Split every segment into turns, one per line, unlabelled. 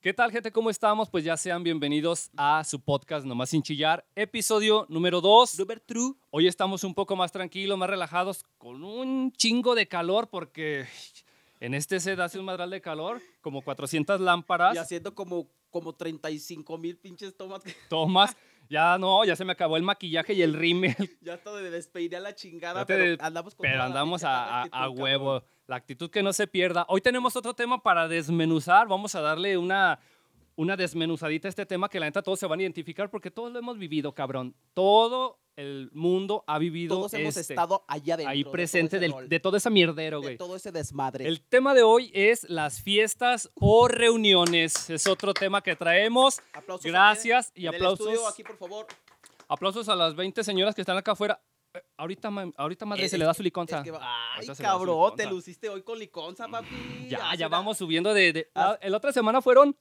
¿Qué tal, gente? ¿Cómo estamos? Pues ya sean bienvenidos a su podcast Nomás Sin Chillar, episodio número 2.
Super true.
Hoy estamos un poco más tranquilos, más relajados, con un chingo de calor porque en este set hace un madral de calor, como 400 lámparas.
Y haciendo como, como 35 mil pinches tomas. que
Tomas, ya no, ya se me acabó el maquillaje y el rímel,
Ya hasta de despeirar la chingada,
Ya te
pero
des-
andamos con
pero
toda Pues la
andamos
pinche
a, a-
actitud,
a
cabrón.
huevo. La actitud que no se pierda. Hoy tenemos otro tema para desmenuzar. Vamos a darle una, una desmenuzadita a este tema que la neta todos se van a identificar porque todos lo hemos vivido, cabrón. Todo el mundo ha vivido
Todos hemos
este,
estado allá adentro. de
ahí
todo
presente
ese
del-
rol,
de todo ese mierdero,
de
güey.
todo ese desmadre.
El tema de hoy es las fiestas o reuniones. Es otro tema que traemos.
aplausos
Gracias
aquí
y
en el
aplausos.
estudio, aquí, por favor.
Aplausos a las 20 señoras que están acá afuera. Eh, ahorita, ma- ahorita madre,
Es-
se
es
le da
que-
su liconza.
es que va- Ay,
ahorita se le da su
cabrón, te
liconza. Mm,
luciste hoy con liconza, papi.
Ya, ya
será.
vamos subiendo de... de-
Ah.
la, la otra semana fueron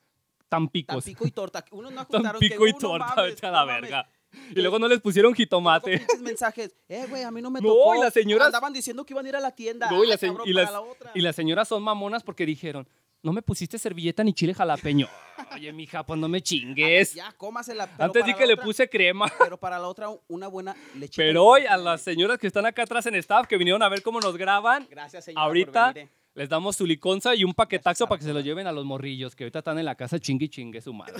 tampicos.
Tampico y torta. Unos no juntaron que
Tampico y
uno,
torta,
mames,
vete a
no
la
mames.
verga. Y
Que-
luego no les pusieron
Luego
jitomate.
pinches mensajes. Eh, güey, a mí no me
No,
tocó.
y las señoras-
Andaban diciendo que iban a ir a la tienda.
No, y
Ah,
las se-
cabrón,
y
para
las-
la otra.
Y las señoras son mamonas porque dijeron, no me pusiste servilleta ni chile jalapeño. Oye, mija, pues no me chingues.
Ah, Ya, cómasela. pero
Antes
para
di
la
que le
otra-
puse crema.
Pero para la otra, una buena lechita.
Pero hoy a las señoras que están acá atrás en staff, que vinieron a ver cómo nos graban,
Gracias, señora,
ahorita-
por venir, eh.
les damos su liconza y un paquetaxo
Gracias,
para que se lo lleven a los morrillos, que ahorita están en la casa chingue y chingue su madre.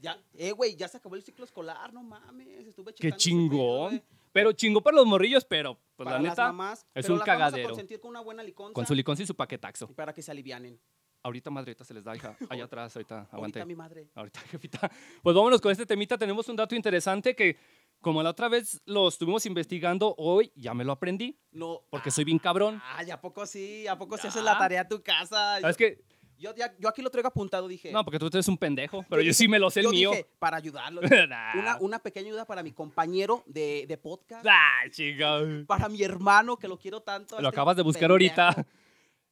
Ya, eh, güey, ya se acabó el ciclo escolar, no mames.
Qué
Estuve checando ese pedo,
chingón.
güey,
Pero chingó para los morrillos, pero pues
para
la
las
neta,
mamás,
es
pero
un
las vamos a
cagadero.
consentir con una buena liconza
con su liconza y su paquetaxo.
y para que se alivianen.
Ahorita madrita se les da, hija. Allá atrás, ahorita, aguante.
Ahorita mi madre.
Ahorita, jefita. Pues vámonos con este temita. Tenemos un dato interesante que, como la otra vez lo estuvimos investigando, hoy ya me lo aprendí,
No. ah,
porque soy bien cabrón.
Ay, ¿a poco sí? ¿A poco sí
Ya.
haces la tarea a tu casa? Yo,
¿Sabes qué?
yo ya- yo aquí lo traigo apuntado, dije.
No, porque tú eres un pendejo, pero yo sí me lo sé el
yo
mío.
dije, para ayudarlo.
Nah.
una, una pequeña ayuda para mi compañero de, de podcast.
Ah, chingado.
Para mi hermano, que lo quiero tanto. a
Lo
este
acabas de buscar
pendejo. pues,
ahorita.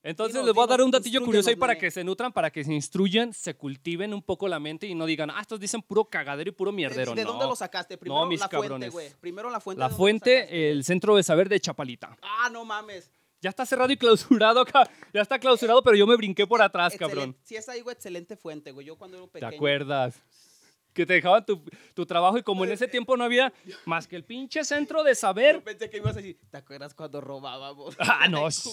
Entonces
Dinos,
les voy a dar
dinos,
un datillo curioso ahí
instrúyenos,
para
nene.
que se nutran, para que se instruyan, se cultiven un poco la mente y no digan, ah, estos dicen puro cagadero y puro mierdero.
¿De, de
no.
dónde lo sacaste? Primero
mis
la fuente,
cabrones.
güey. Primero la fuente.
La
¿de dónde lo sacaste?
fuente, el Centro de Saber de Chapalita.
Ah, no mames.
Ya está cerrado y clausurado, ca- ya está clausurado, pero yo me brinqué por atrás, cabrón.
Si es ahí, güey, excelente fuente, güey. Yo cuando era
¿Te
pequeño.
acuerdas? Que te dejaban tu, tu trabajo y como en ese tiempo no había más que el pinche centro de
Yo
saber.
pensé que ibas a decir, ¿te acuerdas cuando robábamos?
Ah, no,
Ay,
sh-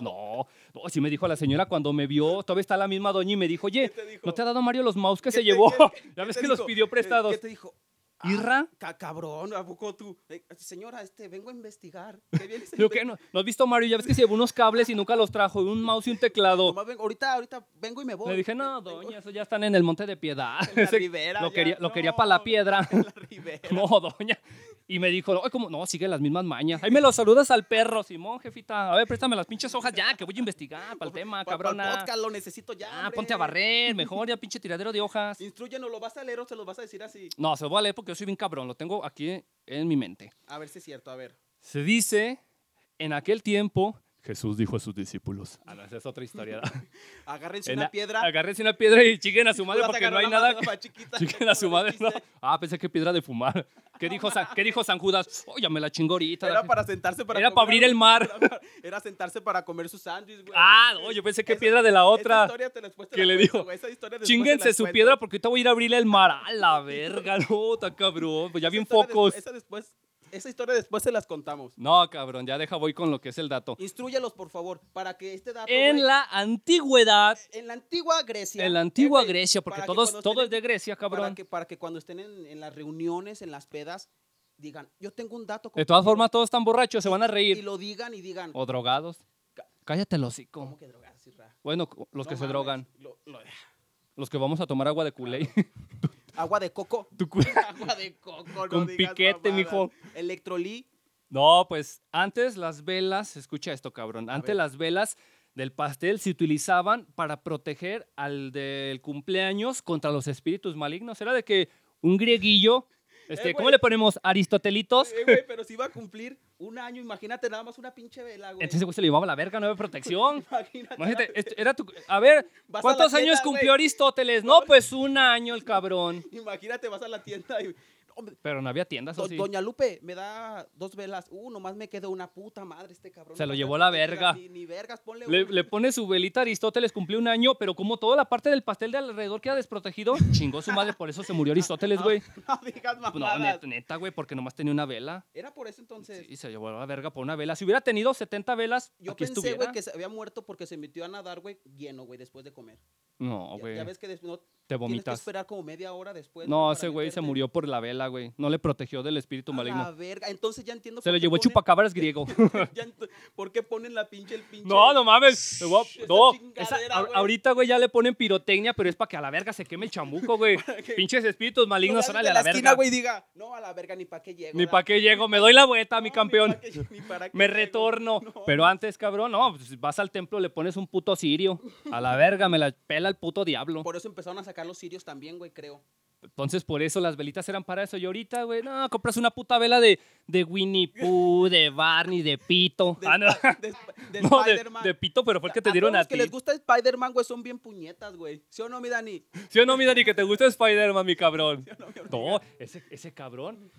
no, no. No, sí me dijo la señora cuando me vio, todavía está la misma doña y me dijo, oye,
¿Qué te dijo?
¿no te ha dado Mario los mouse que
¿Qué
se
te-
llevó?
qué- qué-
Ya ves
qué te
que los
dijo?
pidió
Eh,
prestados.
¿Qué te dijo? Ah,
¿Irra?
ca- cabrón, ¿a poco tú? Eh, señora, este, vengo a investigar. ¿Qué vienes a
Digo, ¿qué?
investigar?
¿No, ¿No has visto Mario? Ya ves que se llevó unos cables y nunca los trajo, y un mouse y un teclado.
Nomás vengo- ahorita, ahorita vengo y me voy.
Le dije, no,
Vengo-
doña, eso ya están en el Monte de Piedad.
En la
Ese-
ribera,
lo
ya,
quería, lo quería
no,
para la piedra.
en la ribera.
No, doña. Y me dijo, "Ay, ¿cómo? no, sigue las mismas mañas. Ahí me lo saludas al perro, Simón, jefita. A ver, préstame las pinches hojas ya, que voy a investigar para el tema,
Pa- pa'l
cabrona.
podcast lo necesito ya,
Ah,
hombre.
ponte a barrer, mejor ya pinche tiradero de hojas.
Instruyenos, ¿lo vas a leer o se los vas a decir así?
No, se lo voy a leer porque yo soy bien cabrón, lo tengo aquí en mi mente.
A ver si es cierto, a ver.
Se dice, en aquel tiempo, Jesús dijo a sus discípulos. Ah, no, esa es otra historia.
Agárrense
En
una
la-
piedra.
Agárrense una piedra y chinguen a su madre
Vas a
porque no
agarrar
hay
una
nada.
más-
que-
más chiquita,
Chiquen a su
como
madre,
dijiste.
no. Ah, pensé que piedra de fumar. ¿Qué dijo San, ¿qué dijo San Judas? Oh, ya me la chingo ahorita.
Era para sentarse para
Era
comer
para abrir
algo.
el mar.
Era- Era sentarse para comer su sándwich, güey.
Ah, no, yo pensé que
Esa-
piedra de la
Esa
otra.
historia te la- después te
que
la
le
cuento,
dijo,
güey, esa historia después te la
Chinguense su
cuento.
piedra porque ahorita voy a ir a abrirle el mar. A la verga, no, está cabrón. Pues ya
Esa
bien
historia
focos.
después- Esa, después, esa historia después se las contamos.
No, cabrón, ya deja, voy con lo que es el dato.
Instruyelos, por favor, para que este dato. güey,
En la antigüedad,
en la antigua Grecia.
en la antigua
eh, güey,
Grecia, porque
para que
todos,
cuando
todo es
estén
de Grecia,
en-
cabrón.
Para que, para que cuando estén en, en las reuniones, en las pedas, digan, yo tengo un dato.
De todas
compañero",
formas, todos están borrachos, se van a
Y
reír.
lo digan y digan,
O drogados. Cállate el hocico.
¿cómo que drogas, Isra?
Bueno, los
No
que se
mames,
drogan,
lo- lo-
los que vamos a tomar agua de culé.
agua de coco.
Tu cu-
Agua de coco, no
Con
digas
piquete,
mamadas.
mijo.
Electrolí.
No, pues antes las velas, escucha esto, cabrón. Antes
ver.
las velas del pastel se utilizaban para proteger al del cumpleaños contra los espíritus malignos. Era de que un grieguillo, este, ¿cómo
Eh, güey.
le ponemos? Aristotelitos.
Eh, güey, pero si va a cumplir un año, imagínate nada más una pinche vela, güey.
Entonces, güey, se le llevaba la verga, no había protección.
imagínate.
Imagínate, esto era tu. A ver,
Vas a
¿cuántos
la
años
tienda,
cumplió
güey.
Aristóteles? No, pues un año el cabrón.
Imagínate, vas a la tienda y. hombre,
Pero no había tiendas
do-
así.
Doña Lupe, me da dos velas. Uh, nomás me quedó una puta madre este cabrón.
Se lo
no
llevó
sabe
la
ni
verga.
siquiera Ni, ni vergas, ponle
Le,
una.
le pone su velita a Aristóteles, cumplió un año, pero como toda la parte del pastel de alrededor queda desprotegido, chingó su madre, por eso se murió Aristóteles, güey.
Ah,
Pues
No digas
No,
mamadas.
net- neta, güey, porque nomás tenía una vela.
Era por eso entonces.
Y se llevó la verga por una vela. Si hubiera tenido 70 velas,
Yo
aquí
pensé, güey,
estuviera.
que se había muerto porque se metió a nadar, güey, lleno, güey, después de comer.
No,
Ya- ya,
güey,
ves que des- no,
te
tienes que
vomitas.
esperar como media hora después.
No,
para
ese güey se
meterte.
murió por la vela, güey. No le protegió del espíritu
A la
maligno.
verga, entonces ya entiendo.
Se
por
lo
qué
llevó
ponen-
chupacabras griego.
ya ent- ¿Por qué ponen la pinche el pinche?
No, no mames. me voy a-
Esa
no,
chingadera,
esa- a-
güey.
ahorita, güey, ya le ponen pirotecnia, pero es para que a la verga se queme el chamuco, güey.
que-
Pinches espíritus malignos,
No,
órale
de
a la
esquina,
verga.
güey, diga, no, a la verga, ni pa' qué llego.
Ni
¿verdad?
para qué llego, me doy la vuelta, mi
No, ni
campeón.
pa' qué- ni para qué
Me
llego.
retorno.
No.
Pero antes, cabrón, no, pues, vas al templo, le pones un puto sirio. A la verga, me la pela el puto diablo.
Por eso empezaron a sacar los sirios también, güey, creo.
Entonces, por eso las velitas eran para eso. Y ahorita, güey, no, compras una puta vela de, de Winnie Pooh, de Barney, de Pito.
De,
ah, no.
Sp- de Sp- de
No, de,
Spider-Man.
de Pito, pero fue el que te
A
dieron
todos
a
los que
ti.
les gusta Spider-Man, güey, son bien puñetas, güey. ¿Sí o no, mi Dani?
¿Sí o no, mira, ni que te gusta Spider-Man, mi cabrón? No, ese, ese cabrón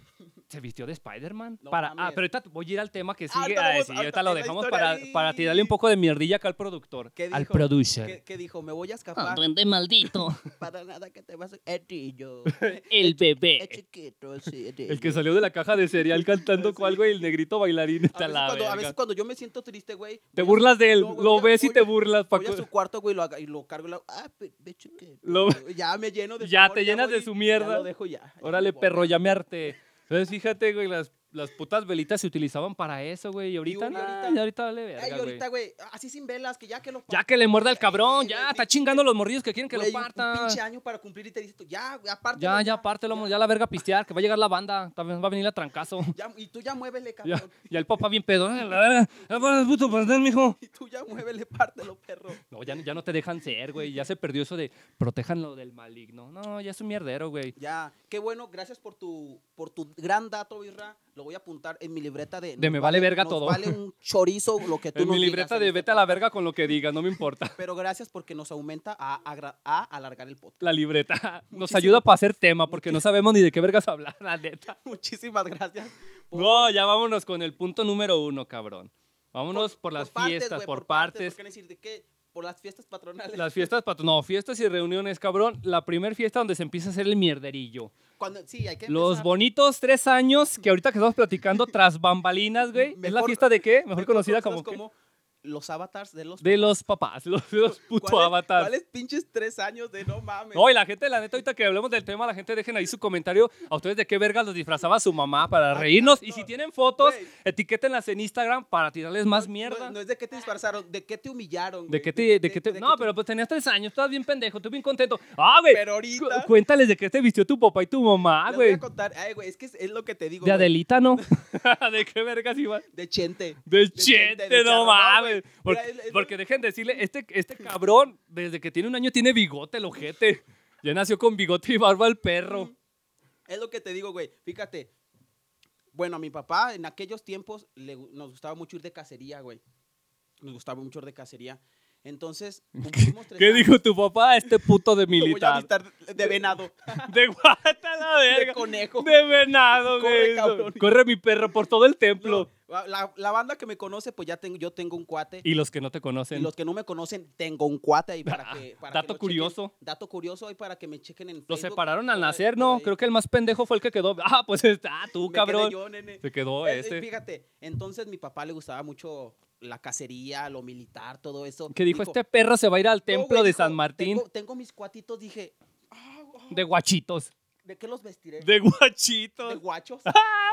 se vistió de Spider-Man.
No
para, ah,
mames.
pero ahorita voy a ir al tema que sigue.
ahorita
Ah,
vamos-
sí,
ahorita
ahorita lo
hay la
dejamos
historia
para,
ahí.
para tirarle un poco de mierdilla acá al productor.
¿Qué
Al
dijo?
producer.
Que, que dijo, me
Ah,
voy a
Al
escapar.
duende maldito,
Para nada que te vas a... Eh, Es niño.
el
Es
bebé.
eh, chiquito, sí, es
El
niño.
que salió de la caja de cereal cantando con algo y el negrito bailarín.
A
está
veces,
la
cuando, a
verga.
veces cuando yo me siento triste, güey.
Te
voy a-
burlas de él,
No, güey,
lo
voy a-
ves y
voy
te
a-
burlas.
Voy a
Paco.
su cuarto, güey, lo, haga- y lo cargo y lo... Ah, pe- ve chiquito.
Lo-
Ya me lleno de su
Ya
amor,
te llenas
voy,
de su mierda.
Ya lo dejo ya. ya
Órale,
me voy.
perro, llamearte. Entonces, fíjate, güey, las, las putas velitas se utilizaban para eso, güey. Y ahorita,
un-
no,
ahorita-
ya ahorita vale
Ey,
verga, güey.
ahorita, güey, así sin velas, que ya que lo...
Ya que le muerda al cabrón,
Sí,
ya,
güey,
está
pinche-
chingando los morrillos que quieren que
eh, Güey,
lo
un-
parta.
Un pinche año para cumplir y te dices tú, ya, güey, apártelo,
Ya, ya, pártelo, amor, ya la verga a pistear, que va a llegar la banda, también va a venir la trancazo.
ya, y tú ya muévele,
Ya,
cabrón.
ya el papá bien pedo, "Ay, la verga, ya para el puto pastel, mijo.
Y tú ya muévele, pártelo, perro.
No, ya, ya no te dejan ser, güey, ya se perdió eso de protéjanlo del maligno. No, ya es un mierdero, güey.
Ya, qué bueno, gracias por tu, por tu gran dato, Isra. Lo voy a apuntar en mi libreta de...
De
nos
me vale verga
nos
todo.
vale un chorizo lo que tú
En
nos
mi
digas
libreta
en
de
este
vete a la verga con lo que digas, no me importa.
Pero gracias porque nos aumenta a, agra- a alargar el podcast.
La libreta nos
Muchísimo-
ayuda para hacer tema, porque no sabemos ni de qué vergas hablar, la neta.
Muchísimas gracias. por-
No, ya vámonos con el punto número uno, cabrón. Vámonos por, las
partes,
fiestas,
güey,
por partes.
porque decir de qué? Por las fiestas patronales.
Las fiestas, patro- no, fiestas y reuniones, cabrón. La primer fiesta donde se empieza a hacer el mierderillo.
Cuando, sí, hay que
Los
empezar.
bonitos tres años que ahorita que estamos platicando tras bambalinas, güey. ¿Es la
Mejor-
fiesta de qué? Mejor, conocida como,
conocidas
¿qué?
los avatars de los...
De los papás, los, los puto
¿Cuáles-
avatar.
¿Cuáles pinches tres años de no mames?
No, y la gente, la neta, ahorita que hablemos del tema, la gente dejen ahí su comentario a ustedes de qué vergas los disfrazaba su mamá para reírnos. Y si tienen fotos,
Ah, Güey.
etiquétenlas en Instagram para tirarles más
No-
mierda.
No, es de qué te disfrazaron, de qué te humillaron.
¿De
güey,
qué te, de qué te- No,
qué
pero pues tenías tres años, estabas bien pendejo, tú bien contento. Ah, güey.
Pero
cu-
ahorita...
Cuéntales de qué te vistió tu papá y tu mamá, Ah,
les voy
güey.
a contar. Ay, güey, es que es, es lo que te digo.
De
güey.
Adelita, ¿no? ¿De qué vergas iba?
De Chente.
De
Chente,
chente,
de
no
Charro, no,
mames.
güey. Mira,
Porque,
él- él-
porque dejen decirle, este, este cabrón, desde que tiene un año tiene bigote, el ojete. Ya nació con bigote y barba el
Mm.
perro.
Es lo que te digo, güey. Fíjate. Bueno, a mi papá en aquellos tiempos le gu- nos gustaba mucho ir de cacería, güey. Nos gustaba mucho ir de cacería. Entonces, cumplimos tres
¿Qué
años.
dijo tu papá? Este puto de
Me voy a
militar.
avistar de venado,
De guata la
de
verga.
conejo.
De venado,
Corre,
güey.
cabrón.
Corre mi perro por todo el templo.
No, la, la banda que me conoce, pues ya tengo, yo tengo un cuate.
Y los que no te
Y
conocen.
los que no me conocen, tengo un cuate ahí para que. para que
Ah, dato
lo
curioso.
chequen. Dato curioso ahí para que me chequen en
Los
Facebook.
separaron al
Por ahí-
nacer,
por
¿no?
ahí.
Creo que el más pendejo fue el que quedó. Ah, pues está, tú,
Me quedé
cabrón.
yo, nene.
Se quedó
Eh, eh,
este.
Fíjate, entonces mi papá le gustaba mucho la cacería, lo militar, todo eso.
Que dijo, este perro se va a ir al
"No, güey",
templo de
dijo,
San Martín
Tengo, tengo mis cuatitos, dije, "Ah, ah,
de guachitos.
¿de qué los vestiré? De,
De guachitos.
guachos.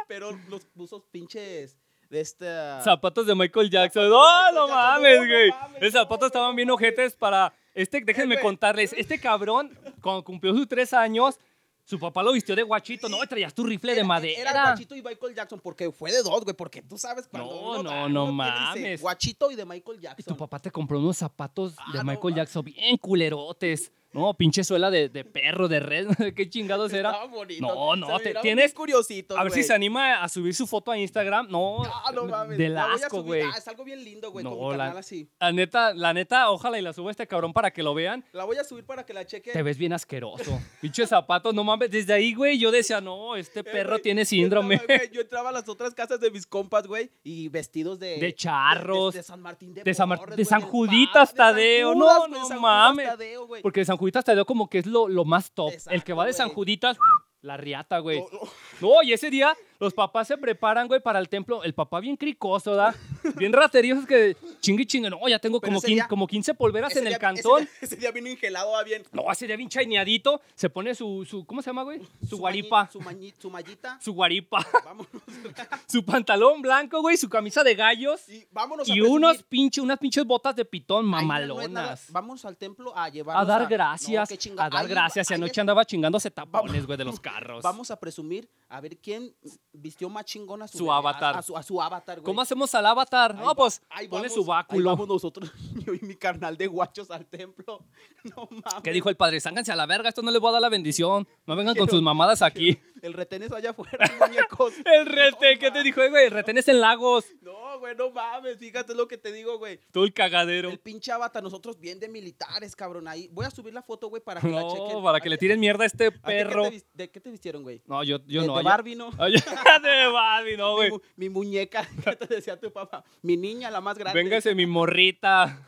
Pero los puso pinches de esta...
Zapatos de Michael Jackson.
Ah. Zapatos de
¡Oh,
Michael
no
Jackson.
mames,
No, no
güey!
mames,
Esos
no,
zapatos estaban
no
bien
mames.
ojetes para... Este, déjenme
güey.
contarles. Este cabrón, cuando cumplió sus tres años, su papá lo vistió de guachito. No, traías tu rifle de
Era-
madera.
Era Guachito y Michael Jackson, porque fue de dos, güey, porque tú sabes cuando
No,
uno
no,
va,
no
uno que dice,
mames.
Guachito y de Michael
Y tu
Jackson.
papá te compró unos zapatos
Ah,
de
no
Michael
mames.
Jackson bien culerotes. No, pinche suela de, de perro, de red, qué chingados era.
Estaba bonito.
No, no,
se
te-
miraban
tienes-
bien curiositos,
A ver si
güey.
se anima a subir su foto a Instagram. No,
Ah, no mames.
del
la voy a
asco,
subir.
güey.
Ah, es algo bien lindo, güey,
No,
con mi
la-
carnal así.
La neta, la neta, ojalá y la suba este cabrón para que lo vean.
La voy a subir para que la cheque.
Te ves bien asqueroso. Pinche zapatos, no mames. Desde ahí, güey, yo decía, no, este
Eh,
perro
güey,
tiene
yo
síndrome.
entraba, güey, Yo entraba a las otras casas de mis compas, güey, y vestidos de... este,
De charros,
De, de San Martín de,
de San Mar-
Porres,
de
güey,
San
del
Juditas
Papa, de
Tadeo,
San
oh, no,
Judas, güey,
no
San Judas
mames.
Tadeo, güey.
Porque de San Juditas te dio como que es lo, lo más top. El que va de
Exacto,
San
güey.
Juditas, la riata, güey.
No, no.
No, y ese día los papás se preparan, güey, para el templo. El papá bien cricoso, ¿da? Bien raterioso, que chingue chingue. No, ya tengo
Pero
como,
ese
quin-
día-
como 15 polveras
Ese
en el
día-
cantón.
Ese día, ese día vino engelado, va bien.
No, ese día bien chaineadito. Se pone su, su ¿cómo se llama, güey? Su,
mañi-
guaripa.
Su, mañi- su mallita.
su guaripa.
Vámonos.
su pantalón blanco, güey, su camisa de gallos
Y vámonos a
y
presumir.
unos pinche, unas pinches botas de pitón
Ahí no es nada.
mamalonas.
Vamos al templo a llevar.
a dar gracias, a dar gracias. Y anoche andaba chingándose tapones,
Vamos-
güey, de los carros.
Vamos a presumir a ver quién vistió más chingón a su,
Su
bebé, a-
avatar.
A, su, a su avatar, güey.
¿Cómo hacemos al avatar?
Ahí
No,
va-
pues,
ahí
pone
vamos-
su
Ahí vamos
báculo.
nosotros, yo y mi carnal de guachos al templo. No mames.
¿Qué dijo el padre? Sánganse a la verga, esto no les voy a dar la bendición. No vengan con
Quiero-
sus mamadas aquí.
El retén es allá afuera, muñecos.
El rete,
No
¿qué te
mames.
dijo, eh, güey? El reten es en Lagos.
No, güey, no mames. Fíjate lo que te digo, güey.
Tú el cagadero.
El pinche avatar, nosotros bien de militares, cabrón. Ahí voy a subir la foto, güey, para que la
No,
chequen.
para que le tiren mierda a este
¿A ti qué te
perro.
vis- ¿De qué te vistieron, güey?
No, yo, yo
de,
no.
de
yo-
Barbie, ¿no?
Ay, de Barbie, no,
mi,
güey.
mu- mi muñeca, ¿qué te decía tu papá? Mi niña, la más grande.
Véngase mi morrita.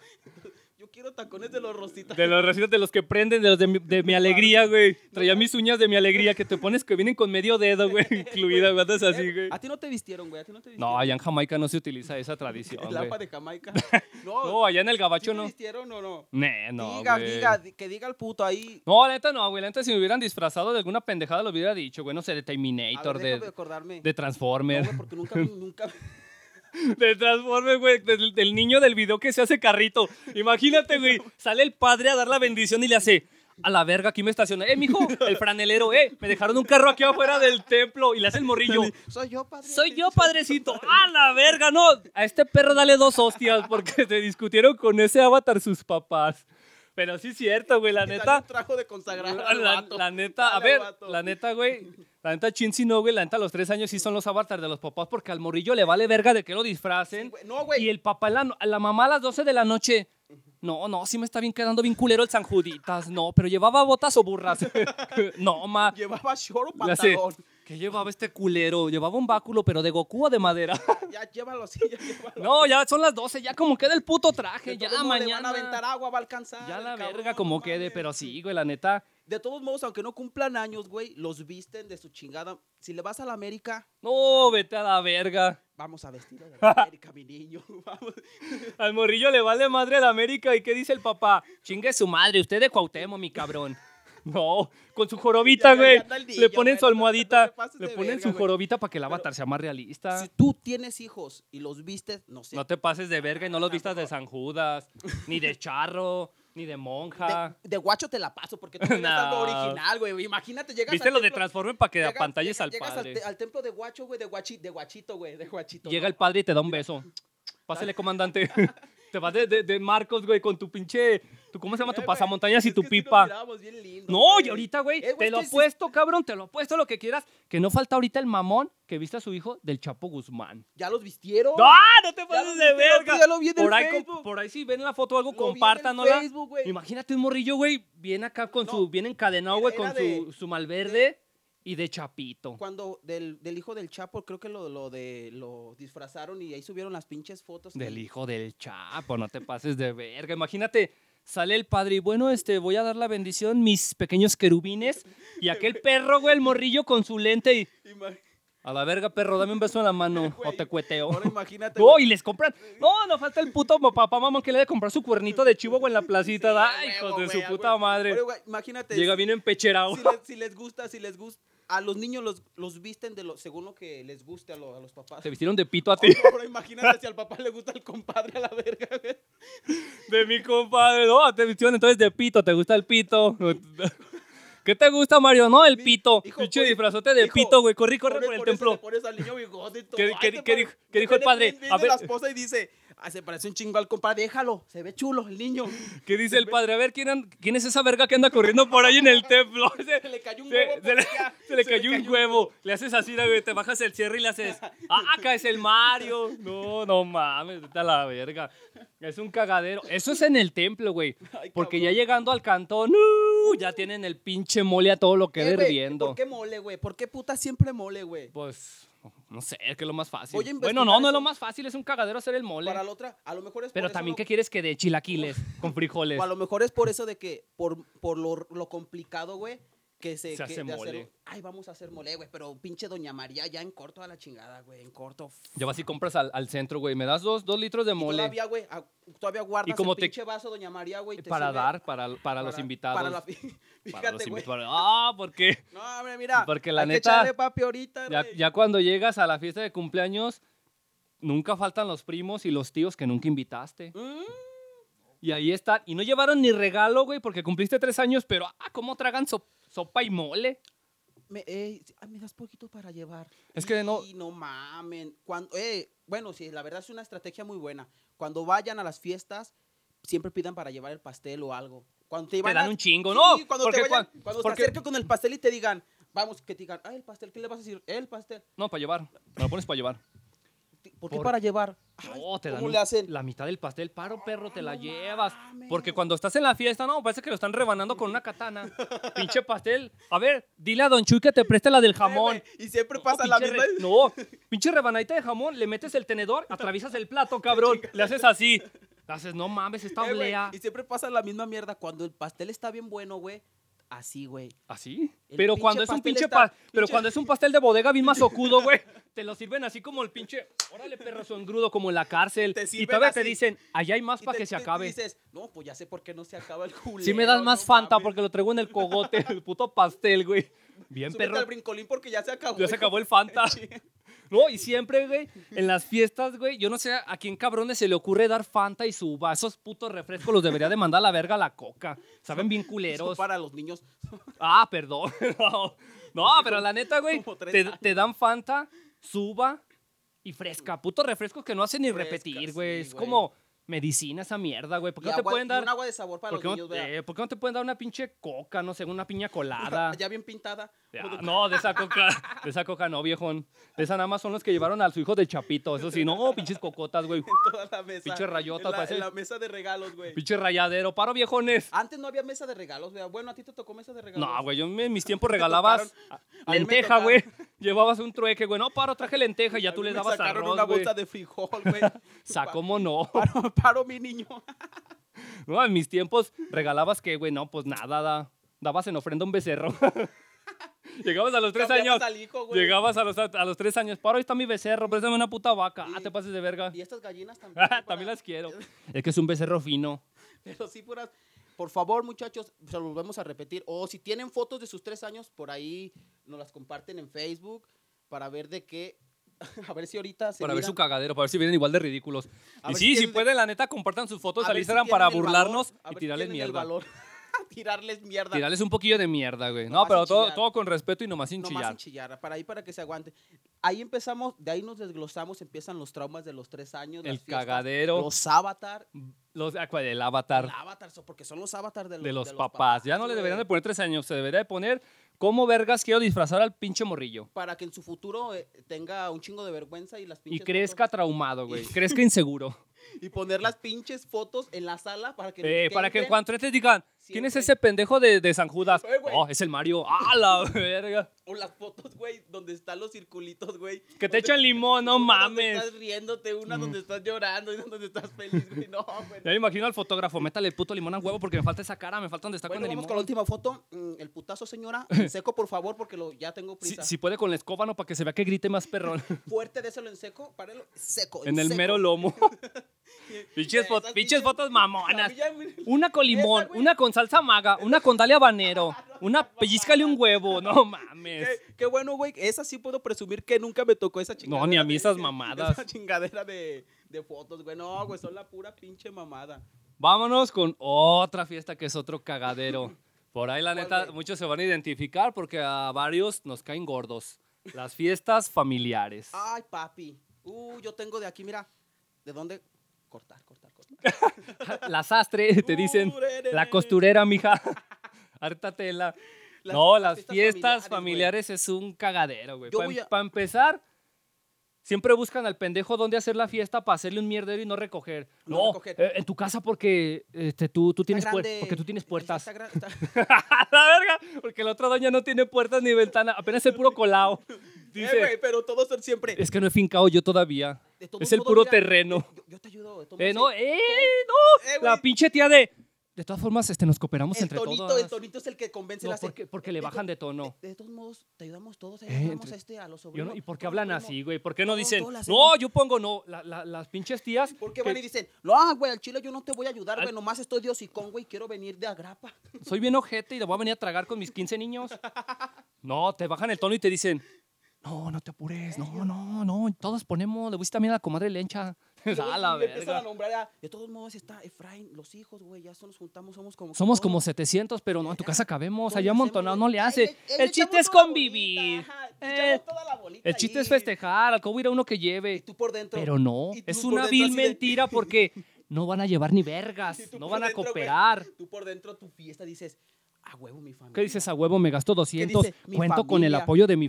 Yo quiero tacones de los rositas.
De los recitos, de los que prenden, de los de mi, de mi alegría, güey. Traía mis uñas de mi alegría que te pones que vienen con medio dedo, güey, incluida, güey. Andas así,
Eh,
güey.
A ti no te vistieron, güey. A ti no te vistieron.
No, allá en Jamaica no se utiliza esa tradición,
El
güey.
APA de Jamaica.
No, allá en el
¿Sí
gabacho
te
no.
vistieron o no?
Nee, no,
diga,
güey.
diga, di- que diga el puto ahí.
No, la neta no, güey. La neta si me hubieran disfrazado de alguna pendejada lo hubiera dicho, güey. No sé, de
A
Terminator,
ver, déjame
de,
acordarme.
de
No,
Transformer.
güey, porque nunca, vi- nunca.
De Transformers, güey, del, del niño del video que se hace carrito. Imagínate, güey, sale el padre a dar la bendición y le hace, a la verga, aquí me estaciona. Eh, mijo, el franelero, eh, me dejaron un carro aquí afuera del templo y le hace el morrillo.
Soy yo, padre.
Soy yo, padrecito. A la verga, no. A este perro dale dos hostias porque se discutieron con ese avatar sus papás. Pero sí es cierto, güey, la
Y sale
neta.
un trajo de consagrado.
La,
al
la-
vato.
la neta, a
Dale,
ver,
vato.
la neta, güey. La neta, Chin sí no, güey. La neta, a los tres años sí son los avatars de los papás porque al morrillo le vale verga de que lo disfracen.
güey. No, güey.
Y el papá, en la, no- a la mamá a las 12 de la noche. No, no, sí me está bien quedando bien culero el San Juditas. No, pero llevaba botas o burras. no, ma.
Llevaba short o
Le hace,
pantalón.
¿Qué llevaba este culero? Llevaba un báculo, pero de Goku o de madera.
Ya llévalo así, ya llévalo.
no, ya son las 12, ya como queda el puto traje.
De
Ya
todos modos le van
mañana.
a aventar agua, va a alcanzar.
Ya
el
la
cabrón,
verga
no
como quede,
mames.
pero sí, güey, la neta.
De todos modos, aunque no cumplan años, güey, los visten de su chingada. Si le vas a la América,
No, vete a la verga.
vamos a vestirlo de la América, mi niño. Vamos.
Al morrillo le vale madre a la América. ¿Y qué dice el papá? Chingue su madre, usted de Cuauhtémoc, mi cabrón. No, con su jorobita,
Ya, ya, ya
güey.
anda el niño,
Le ponen su
güey, no te- no te
almohadita.
pases
Le
de
ponen
verga,
su
güey.
jorobita para que el avatar
Pero-
sea más realista.
Si tú tienes hijos y los vistes, no sé.
No te pases de verga y no los vistas de San Judas, ni de charro, ni de
de,
monja.
de guacho te la paso porque tú eres
No.
algo original, güey. Imagínate, llegas
¿Viste
al
lo de
templo-
Transformer para que
llegas-
apantalles
llega-
al
llegas
padre?
te- Al, templo de guacho, güey, de, guachi, de guachito, güey, de guachito.
Llega
¿no?
el padre y te da un beso. Pásale, comandante. Te vas de, de- de Marcos, güey, con tu pinche. tu- ¿Cómo se llama?
Eh,
Tu
güey,
pasamontañas y
es
tu
que sí nos
pipa.
mirábamos bien lindos,
No,
güey.
y ahorita, güey,
Eh,
te
es
lo
que sí-
apuesto, cabrón, te lo apuesto lo que quieras. Que no falta ahorita el mamón que viste a su hijo del Chapo Guzmán.
Ya los vistieron.
¡No! ¡No te
lo
pases
viste
de
el otro
verga!
día, lo vi en el
por, ahí, com-
Facebook.
por ahí si ven la foto o algo,
Lo vi en el
compártanosla.
Facebook, güey.
Imagínate un morrillo, güey, bien acá con
No,
su, bien encadenado,
era-
güey, con
era de-
su, su malverde y de chapito.
Cuando del, del hijo del Chapo, creo que lo, lo de lo disfrazaron y ahí subieron las pinches fotos.
Del hijo del Chapo, no te pases de verga. Imagínate, sale el padre y bueno, este, voy a dar la bendición, mis pequeños querubines. Y aquel perro, güey, el morrillo con su lente y...
Ima-
A la verga, perro, dame un beso en la mano o
Güey,
te cueteo.
Ahora imagínate.
No,
güey.
Oh, y les compran. No, no falta el puto mo- papá, mamón, que le ha de comprar su cuernito de chivo güey, en la placita.
Sí,
Ay,
a
hijos
huevo,
de
güey,
su
a
puta
huevo.
madre.
Oye, güey, imagínate.
Llega
si-
bien empecherado.
Si les, si les gusta, si les gusta. A los niños los, los visten de lo, según lo que les guste a, lo- a los papás.
Te vistieron de pito a ti.
Oh, Ahora imagínate si al papá le gusta el compadre a la verga. güey.
De mi compadre. No, te vistieron entonces de pito. ¿Te gusta el pito? ¿Qué te gusta, Mario? No, el pito.
Hijo,
Pinche
güey,
disfrazote de
hijo,
pito, güey. Corre, corre
Por,
por el
por eso
templo.
le pones al niño bigote y todo.
¿Qué-
Ay,
qué-
te
qué
pare-
dijo- qué dijo el padre?
Viene
A ver-
la esposa y dice, "Ah, se parece un chingo al compadre, déjalo, se ve chulo el niño.
¿Qué dice el padre? A ver, ¿quién, an- quién es esa verga que anda corriendo por ahí en el templo?
Se
Se,
le cayó
se-
un huevo.
se
por
le,
allá,
se le cayó un huevo. Le haces así, güey, te bajas el cierre y le haces, ah, acá es el Mario. No, no mames, vete a la verga. Es un cagadero. Eso es en el templo, güey.
Ay,
Porque ya
cabrón.
llegando al cantón, ¡uh! ya tienen el pinche mole a todo lo que
Eh, güey,
hirviendo.
¿Por qué mole, güey? ¿Por qué puta siempre mole, güey?
Pues, no sé, es que es lo más fácil.
Voy a
Bueno, no,
investigar
no es
eso.
lo más fácil, es un cagadero hacer el mole.
Para la otra, a lo mejor es
Pero
por
también,
eso
¿qué
no-
quieres que de chilaquiles con frijoles?
o a lo mejor es por eso de que, por, por lo, lo complicado, güey, que se,
Se
que-
hace
de hacer-
mole.
Ay, vamos a hacer mole, güey, pero pinche Doña María ya en corto a la chingada, güey, en corto.
Ya vas y compras al, al centro, güey. Me das dos, dos litros de
Y
mole
Todavía, güey, a- todavía guardas
como
el
te-
pinche vaso Doña María, güey. y te
para
sirve
dar, para, para, los
para-
invitados.
Para la-
Para los
Fíjate, güey.
invitados. Ah, porque
No, hombre, mira.
Porque la
hay que
neta,
echarle papi ahorita,
ya,
güey.
ya cuando llegas a la fiesta de cumpleaños, nunca faltan los primos y los tíos que nunca invitaste.
Mm,
Y ahí están. Y no llevaron ni regalo, güey, porque cumpliste tres años, pero ah, ¿cómo tragan sop- sopa y mole?
me, ey, ah, me das poquito para llevar.
Es que no-
Y no mamen. Cuando, eh, bueno, sí, la verdad es una estrategia muy buena. Cuando vayan a las fiestas, siempre pidan para llevar el pastel o algo. Cuando te,
Te
van
dan
a-
un chingo,
Sí,
¿no?
Cuando,
Porque
te vayan-
cuan-
cuando
porque-
te acerques con el pastel y te digan, vamos, que te digan, ay, el pastel, ¿qué le vas a decir? El pastel.
No, para llevar. Me lo pones para llevar.
¿Por qué
Por-
para llevar? Ay,
No, te dan
¿Cómo
un-
le hacen?
la mitad del pastel, paro, perro, te la
no
llevas.
mames.
Porque cuando estás en la fiesta, no, parece que lo están rebanando con una katana. Pinche pastel. A ver, dile a Don Chuy que te preste la del jamón.
Eh, güey, Y siempre
No,
pasa la
pinche
misma. eh,
re- No, pinche rebanadita de jamón, le metes el tenedor, atraviesas el plato, cabrón. Le haces así. Le haces, no mames, esta
Eh, güey,
oblea.
y siempre pasa la misma mierda. Cuando el pastel está bien bueno, güey. Así, güey.
¿Así?
El
Pero
pinche
cuando es un
pastel
pinche,
está-
pa- pero
pinche-
cuando es un pastel de bodega bien masocudo, güey, te lo sirven así como el pinche, órale perro engrudo como en la cárcel
Te
y
sirven
todavía te
así.
dicen, "Allá hay más
Y
para
te-
que se
te- te
acabe."
dices, no, pues ya sé por qué no se acaba el culero.
Si me das más
no
Fanta
mames.
porque lo traigo en el cogote, el puto pastel, güey. Bien
Súbete
perro.
al brincolín porque ya se acabó.
Ya se acabó
hijo.
el Fanta. No, y siempre, güey, en las fiestas, güey, yo no sé a quién cabrones se le ocurre dar Fanta y su vasos putos refrescos los debería de mandar a la verga la coca. Saben bien
Eso
culeros.
para los niños.
Ah, perdón. No, No, pero la neta, güey,
como tres
te,
años.
te dan Fanta, Suba y Fresca. Putos refrescos que no hacen ni
Fresca,
repetir,
sí,
güey. es
güey.
como medicina esa mierda, güey. ¿Por qué
Y
no te
agua-
pueden
y
dar...?
Un agua de sabor para
¿Por
los
qué, no,
niños, ¿verdad?
eh, por qué no te pueden dar una pinche coca, no sé, una piña colada?
Ya bien pintada.
Ah, no, de esa coca, de esa coca no, viejón. De esa nada más son los que llevaron a su hijo de Chapito. Eso sí, no, pinches cocotas, güey.
Toda la mesa.
Pinche rayotas,
En la,
parece-
en la mesa de regalos, güey.
Pinche rayadero. Paro, viejones.
Antes no había mesa de regalos, ¿verdad? Bueno, a ti te tocó mesa de regalos.
No, güey, yo en mis tiempos regalabas
tocaron.
a-
A mí me
lenteja,
tocaron.
güey. Llevabas un trueque, güey. No, paro, traje lenteja y ya tú le dabas
sacaron
arroz,
una
güey.
bolsa de frijol, güey.
Sa- ¿Cómo no?
Paro, paro, mi niño.
No, en mis tiempos regalabas que, güey, no, pues nada, da- dabas en ofrenda un becerro. Llegabas a los tres
Cambiabas
años.
al hijo, güey.
Llegabas a los, a los tres años. Paro, ahí está mi becerro, préstame una puta vaca. Ah,
Y-
te pases de verga.
Y estas gallinas también.
Ah,
para-
También las quiero. Es que es un becerro fino.
Pero sí, puras. Por favor, muchachos, se los vamos a repetir. O si tienen fotos de sus tres años, por ahí nos las comparten en Facebook para ver de qué. A ver si ahorita se
para ver
miran.
su cagadero, para ver si vienen igual de ridículos.
A
y
ver
sí,
si
si
tienen-
pueden, la neta, compartan sus fotos
A
pues, al
ver si
Instagram
tienen
para
el valor,
burlarnos
a
y
ver si
tirarles
tienen el
mierda.
valor. tirarles mierda.
Tirarles un poquillo de mierda, güey. No,
Nomás
pero
sin
todo,
chillar.
todo con respeto y nomás sin
Nomás
chillar.
sin chillar, para ahí para que se aguante. Ahí empezamos, de ahí nos desglosamos, empiezan los traumas de los tres años.
El
las fiestas,
cagadero.
Los avatar.
Los, ah, ¿cuál? el
El
avatar
avatar, so- porque son los avatar de los,
de los
de
papás. Ya no le
güey.
deberían de poner tres años, se debería de poner cómo vergas quiero disfrazar al pinche morrillo.
Para que en su futuro eh, tenga un chingo de vergüenza y las
Y
pinches
crezca
fotos-
traumado, güey. Crezca inseguro.
y poner las pinches fotos en la sala para que.
Eh, para que en
entren.
cuanto entres digan, ¿quién es
siempre-
ese pendejo de, de San Judas?
Eh, güey.
Oh, es el Mario. ¡Ah, la verga!
O las fotos, güey, donde están los circulitos, güey.
Que te
Donde-
echan limón, no
una donde
mames. Mm.
Estás riéndote, una donde estás llorando y una donde estás feliz, güey. No, güey.
Ya me imagino al fotógrafo, métale el puto limón al huevo porque me falta esa cara, me falta donde está
Bueno,
con el
vamos con
limón.
la última foto. Mm, El putazo, señora. En seco, por favor, porque lo, ya tengo
Si,
prisa.
si puede con la escoba, no, para que se vea que grite más perrón.
Fuerte, déselo en seco. Párelo. Seco.
en el
seco.
mero lomo. Pinches,
Eh,
fo-
esas
pinches fotos mamonas.
A mí ya me-
Una con limón,
Esa, güey.
una con salsa maga, una con dale habanero, una pellizcale un huevo, no mames.
Qué, qué bueno, güey. Esa sí puedo presumir que nunca me tocó esa chingadera.
ni a mí
de-
esas mamadas.
Esa chingadera de, de fotos, güey. No, güey, son la pura pinche mamada.
Vámonos con otra fiesta que es otro cagadero. Por ahí la
¿Cuál,
neta
güey?
muchos se van a identificar porque a varios nos caen gordos. Las
Ah,
fiestas familiares.
Ay, papi. Uh, yo tengo de aquí, mira. ¿De dónde? cortar, cortar, cortar.
La sastre, te dicen. La costurera, mija. Harta tela.
Las-
no,
las
las
fiestas
fiestas
familiares,
familiares, es un cagadero, güey.
Yo voy a-
Para empezar, siempre buscan al pendejo dónde hacer la fiesta para hacerle un mierdero y no recoger.
No
No,
recoger.
eh, en tu casa porque este, tú, tú tienes
Está
puer-
grande,
porque tú tienes
el-
puertas.
está gran- está-
¡A la verga! Porque la otra doña no tiene puertas ni ventana, apenas el puro colado.
Eh, güey,
Dice,
pero todos son siempre.
es que no he fincado yo todavía.
de todos
Es el
modos,
puro
mira,
terreno.
Yo, yo te ayudo. de todos
Eh, no,
modos,
eh,
eh,
no. La
güey,
pinche tía de... De todas formas, este, nos cooperamos
el
entre
tonito,
todos.
el tonito es el que convence la
porque, porque le bajan de tono.
De, de todos modos, te ayudamos todos.
Eh,
ayudamos
entre-
a este, a los
Yo no-
sobrinos.
¿Y por qué
todos
hablan
podemos-
así, güey? ¿Por qué no
todos,
dicen,
todos lo hacemos.
no, yo pongo no? La- la- las pinches tías. que
Porque van y dicen, no, ah, güey, al chile yo no te voy a ayudar,
Al-
güey, nomás estoy de hocicón, güey, quiero venir de agrapa.
Soy bien ojete y le voy a venir a tragar con mis 15 niños. No, te bajan el tono y te dicen, no, no te apures, no, no, no, todos ponemos, le voy también a la comadre lencha.
Y luego
a la
le empiezan a
verga.
nombrar a- De todos modos está Efraín, los hijos, güey, ya so- nos juntamos, somos como... que
Somos
todos.
como 700, pero no, en tu casa cabemos,
Todos
allá
hacemos,
amontonado no
güey.
le
Ahí
hace.
ahí le
El chiste
echamos
es
toda la
convivir.
bolita, ajá,
Eh,
echamos toda la bolita
El chiste es
ahí.
festejar, al cabo irá uno que lleve.
Y tú por dentro.
Pero no,
y tú
es
por
una
dentro
vil
así de-
mentira porque no van a llevar ni
y
vergas,
tú
no
por
van a
dentro, güey,
cooperar.
Tú por dentro tu fiesta dices, a huevo mi familia.
¿Qué dices a huevo? Me gasto 200.
dice? Mi
Cuento con el
familia.
apoyo de mi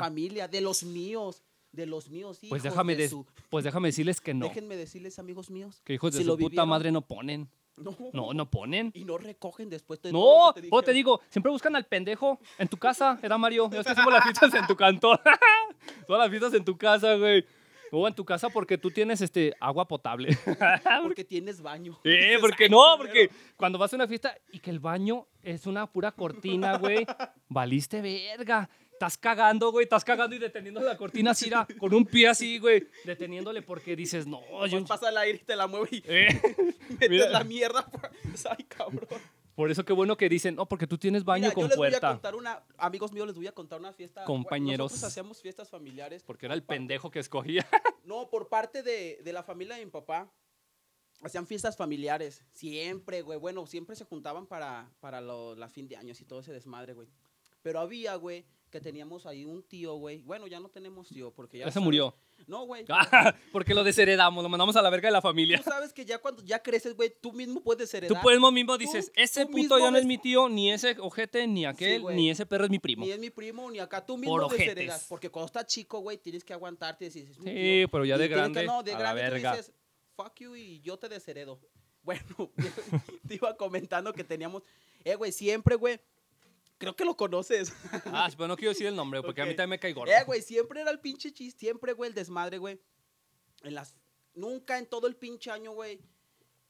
familia.
De mi familia, de los míos, de los míos, hijos
pues, déjame
de
des-
su-
pues déjame decirles que no.
Déjenme decirles, amigos míos.
que hijos de
si
su
lo
puta
vivieron,
madre no ponen.
No,
No, no ponen.
Y no recogen después de todo
No,
lo que
vos te
dijeron.
digo, siempre buscan al pendejo en tu casa, era Mario. Ya ves que hacemos las fiestas en tu cantón. Todas las fiestas en tu casa, güey. O en tu casa porque tú tienes este agua potable.
Porque tienes baño.
Eh,
Dices,
porque
"Ay,
no,
culero".
porque cuando vas a una fiesta y que el baño es una pura cortina, güey, valiste verga. Estás cagando, güey, estás cagando y deteniendo la cortina así, mira, con un pie así, güey, deteniéndole porque dices, no, yo...
Nomás Pues pasa el aire y te la mueve y
Eh,
metes
Mira.
la mierda. por- Ay, cabrón.
Por eso qué bueno que dicen, no, porque tú tienes baño
Mira, yo
con
les voy a
puerta.
contar una, amigos míos, les voy a contar una fiesta. Bueno,
Compañeros.
Nosotros hacíamos fiestas familiares.
Porque era el
por parte-
pendejo que escogía.
No, por parte de, de la familia de mi papá. Hacían fiestas familiares. Siempre, güey. Bueno, siempre se juntaban para, para lo- la fin de años y todo ese desmadre, güey. Pero había, güey, que teníamos ahí un tío, güey. Bueno, ya no tenemos tío porque ya.
Ya se
sabes-
murió.
No, güey.
porque lo desheredamos, lo mandamos a la verga de la familia.
Tú sabes que ya cuando ya creces, güey, tú mismo puedes heredar.
Tú puedes mismo dices,
tú
ese
mismo
puto ya no
ves-
es mi tío, ni ese ojete, ni aquel,
güey.
ni ese perro es mi primo.
Ni es mi primo, ni acá tú mismo
Por ojetes.
desheredas. Porque cuando estás chico, güey, tienes que aguantarte y decir, "Es mi
Sí,
tío".
pero ya
Y
de
tienes
grande, a la
tú
verga.
dices, fuck you y yo te desheredo. Bueno, te iba comentando que teníamos, eh, güey, siempre, güey, creo que lo conoces.
Ah, pero no quiero decir el nombre, porque a mí
Ok.
también me cae gordo.
Eh, güey, siempre era el pinche chiste, siempre, güey, el desmadre, güey. En las, nunca en todo el pinche año, güey.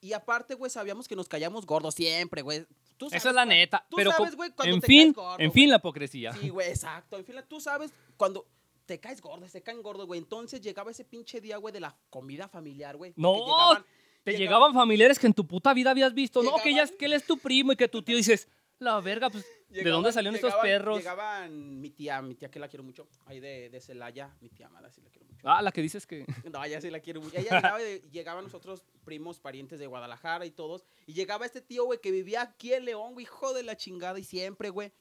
Y aparte, güey, sabíamos que nos callamos gordos siempre, güey. Tú sabes
Esa es la
cuál-
neta.
tú
pero
sabes,
co-
güey, cuando
en
te
fin,
caes gordo,
en
güey.
fin la hipocresía.
Sí, güey, exacto. En fin, tú sabes cuando te caes gordo, se caen gordos, güey. Entonces llegaba ese pinche día, güey, de la comida familiar, güey.
No,
que llegaban-
Te
llegaban-
llegaban familiares que en tu puta vida habías visto, no, que, ya, es-
Llegaban-
que él es tu primo y que tu tío dices, la verga, pues, ¿de
llegaban-
dónde salieron estos
llegaban-
perros?
Llegaban mi tía, mi tía que la quiero mucho, ahí de, de Celaya, mi tía amada, sí la quiero mucho.
Ah, la que dices que...
No, ella sí la quiero mucho. Ella llegaba de- llegaban nosotros primos, parientes de Guadalajara y todos. Y llegaba este tío, güey, que vivía aquí en León, güey, hijo de la chingada, y siempre, güey.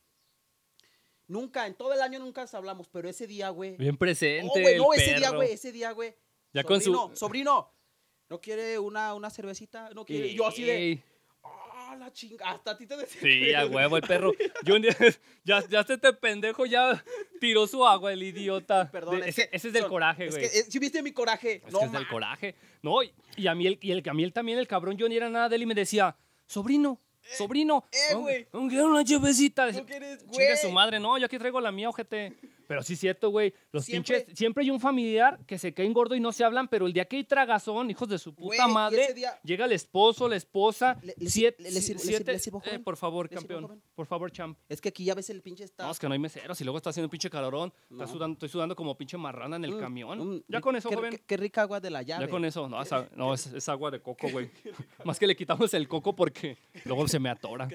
Nunca, en todo el año nunca nos hablamos, pero ese día, güey.
Bien presente
Oh, güey,
el
no, ese día,
perro.
güey, ese día, güey.
Ya con su-
sobrino, sobrino, ¿no quiere una, una cervecita? No quiere. Y yo así de,
Ey,
ah, la chinga, hasta a ti te decía.
Sí, a huevo, el perro. Yo un día- ya, ya este, te pendejo ya tiró su agua, el idiota.
Perdón,
De-
es
ese,
que
ese es del
son-
coraje,
es
güey.
que, eh, ¿sí viste mi coraje?
Es
no,
que es del
ma-
coraje. No, y, y a mí el, y el, a mí el también, el cabrón, yo ni era nada de él y me decía, sobrino, sobrino.
eh,
no,
güey.
no quiero una chevecita.
¿No quieres,
Chinga
güey?
su madre, no, yo aquí traigo la mía, ojete. Pero sí es cierto, güey. Los
Siempre-
pinches, siempre hay un familiar que se caen gordo y no se hablan, pero el día que hay tragazón, hijos de su
Güey,
puta
y
madre,
ese día-
llega el esposo, la esposa,
Le- le sir-
siete,
le- le sirvo- le sirvo-
siete-
le sirvo,
eh,
joven.
por favor,
Le sirvo,
campeón,
joven.
por favor, champ.
Es que aquí ya ves el pinche está.
No, es que no hay meseros y luego está haciendo un pinche calorón. Está
No.
sudando, estoy sudando como pinche marrana en el
Mm,
camión.
mm,
ya
qué-
con eso,
qué,
joven.
Qué, qué rica agua de la llave.
Ya con eso, no, esa- no, es, es agua de coco, güey. Más que le quitamos el coco porque luego se me atora.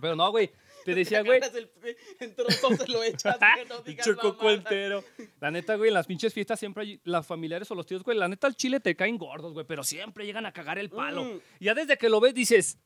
Pero no, güey, te decía, güey,
Agarras el- En trozos se lo echas, que no digas
pinche coco
mamadas.
entero. La neta, güey, en las pinches fiestas siempre hay las familiares o los tíos, güey, la neta al chile te caen gordos, güey, pero siempre llegan a cagar el palo.
Mm.
Y Ya desde que lo ves dices,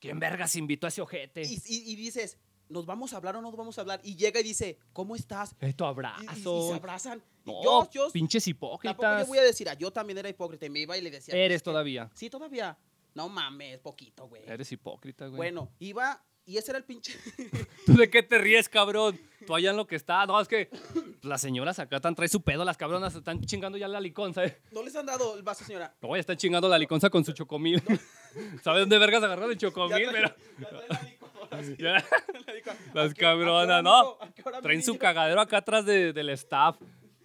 ¿quién vergas invitó a ese ojete?
Y, y- y dices, ¿nos vamos a hablar o no nos vamos a hablar? Y llega y dice, ¿cómo estás?
Esto
Y, y- y
abrazo.
se abrazan. Y
No,
yo, yo
pinches
tampoco le
hipócritas.
voy a este decir, ah, yo también era hipócrita. Y me iba y le decía. "Pues
Eres
"Es que-
todavía.
Sí, todavía. No mames, poquito, güey.
Eres hipócrita, güey.
Bueno, iba y ese era el pinche.
¿Tú de qué te ríes, cabrón? Tú allá en lo que está. No, es que las señoras acá están trae su pedo, las cabronas están chingando ya la liconza, ¿eh?
no les han dado el vaso, señora.
No, ya están chingando la liconza con su chocomil. ¿Sabes dónde vergas agarrar el
Ya
chocomil?
trae-
Pero
ya trae la licuadora, sí,
ya
la licuadora. ¿A
las
qué- a qué hora,
cabronas, ¿no?
mijo? ¿A qué hora, mi
Traen su
niño?
cagadero acá atrás de- del staff.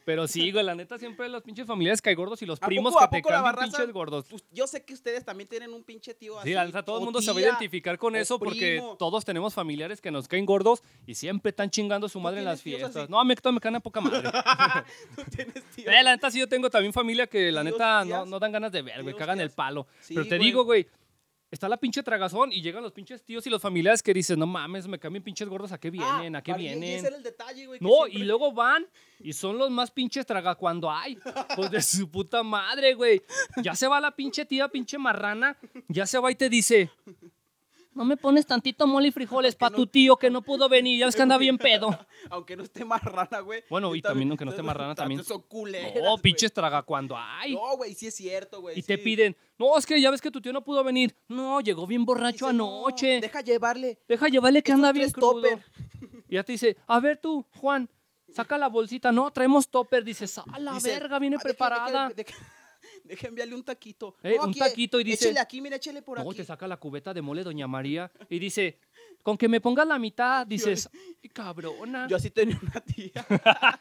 Pero sí, güey, la neta siempre los pinches familiares cae gordos y los
¿A
primos
poco- a
que te
poco la
cambian
barraza-
pinches gordos.
Pues, Yo sé que ustedes también tienen un pinche tío así.
Sí, la neta, todo el
o
mundo se va a
tía.
identificar con
o
eso porque
primo.
todos tenemos familiares que nos caen gordos y siempre están chingando a su madre en
tienes
las
tíos
fiestas.
así?
No, a mí me caen a poca madre.
Tú tienes tío.
Eh, la neta, sí, yo tengo también familia que la
Tíos,
neta no,
tías.
no dan ganas de ver, güey,
Tíos,
cagan el
tías.
palo.
Sí,
Pero te
güey.
digo, güey, está la pinche tragazón y llegan los pinches tíos y los familiares que dicen, no mames, me cambian pinches gordos, ¿a qué vienen?
Ah,
¿A qué
para- y- y
vienen?
ese era el detalle, güey. que
No, y
siempre-
luego van y son los más pinches traga cuando hay. Pues de su puta madre, güey. Ya se va la pinche tía, pinche marrana. Ya se va y te dice: No me pones tantito mole y frijoles para tu tío que no pudo venir. Ya ves que anda bien pedo.
Aunque no esté marrana, güey.
Bueno, y también aunque no esté marrana, también.
Son culeras,
No,
güey.
pinches traga cuando hay.
No, güey, sí es cierto, güey.
Y te
sí.
piden: No, es que ya ves que tu tío no pudo venir. No, llegó bien borracho
Dice, "No,
anoche.
Deja llevarle.
Deja llevarle que anda bien
tres
crudo.
topper.
Y ya te dice, a ver tú, Juan, saca la bolsita. No, traemos topper. Dices, a la
Dice,
verga, viene
"Ah, deja-
preparada.
Deja, deja- deja enviarle un taquito.
Eh, un taquito y dice-
Échale aquí, mira, échale por
no,
aquí.
te saca la cubeta de mole Doña María y dice, con que me pongas la mitad. Dices, "Ay, cabrona.
Yo así tenía una tía.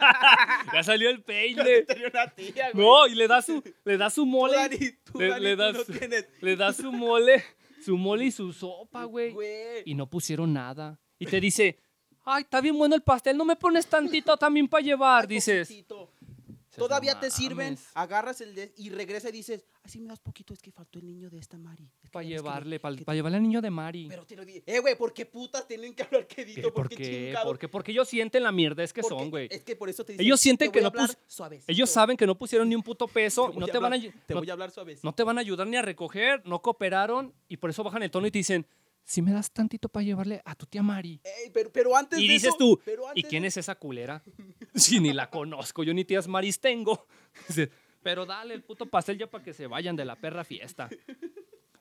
Ya salió el
Yo
peine.
tenía una tía, güey.
No, y le da su, le da su
Tú,
mole.
Dani, tú,
le,
Dani,
le
tú
da
no
su-
tienes.
le da su mole, su mole y su sopa, güey.
Güey.
y no pusieron nada. Y te dice, ay, está bien bueno el pastel, no me pones tantito también para llevar,
Ay,
dices.
poquitito.
Dices,
Todavía
"No
te sirven,
mames,
agarras el de, y regresa y dices, así me das poquito, es que faltó el niño de esta Mari. Es que
Para
ya ves que no-
llevarle, para
que-
llevarle al niño de Mari.
Pero te lo dije, eh, güey, ¿por qué putas tienen que hablar
¿Qué?
quedito?
¿Por
¿Por qué
qué?
chingados?
¿Por qué? Porque ellos sienten la mierda, es que
Porque
son, güey.
Es que por eso te dicen,
Ellos sienten
te
que
voy a
no pus-
hablar suavecito.
Ellos saben que no pusieron ni un puto peso,
voy
y no
a
te van a,
hablar-
ayu-
Te
no,
voy a hablar suavecito.
no te van a ayudar ni a recoger, no cooperaron y por eso bajan el tono y te dicen, si me das tantito para llevarle a tu tía Mari.
Ey, pero, pero antes
Y
de
dices
eso-
tú, ¿y
pero antes
quién
de-
es esa culera? Si ni la conozco, yo ni tías Maris tengo. Dices, Pero dale el puto pastel ya para que se vayan de la perra fiesta.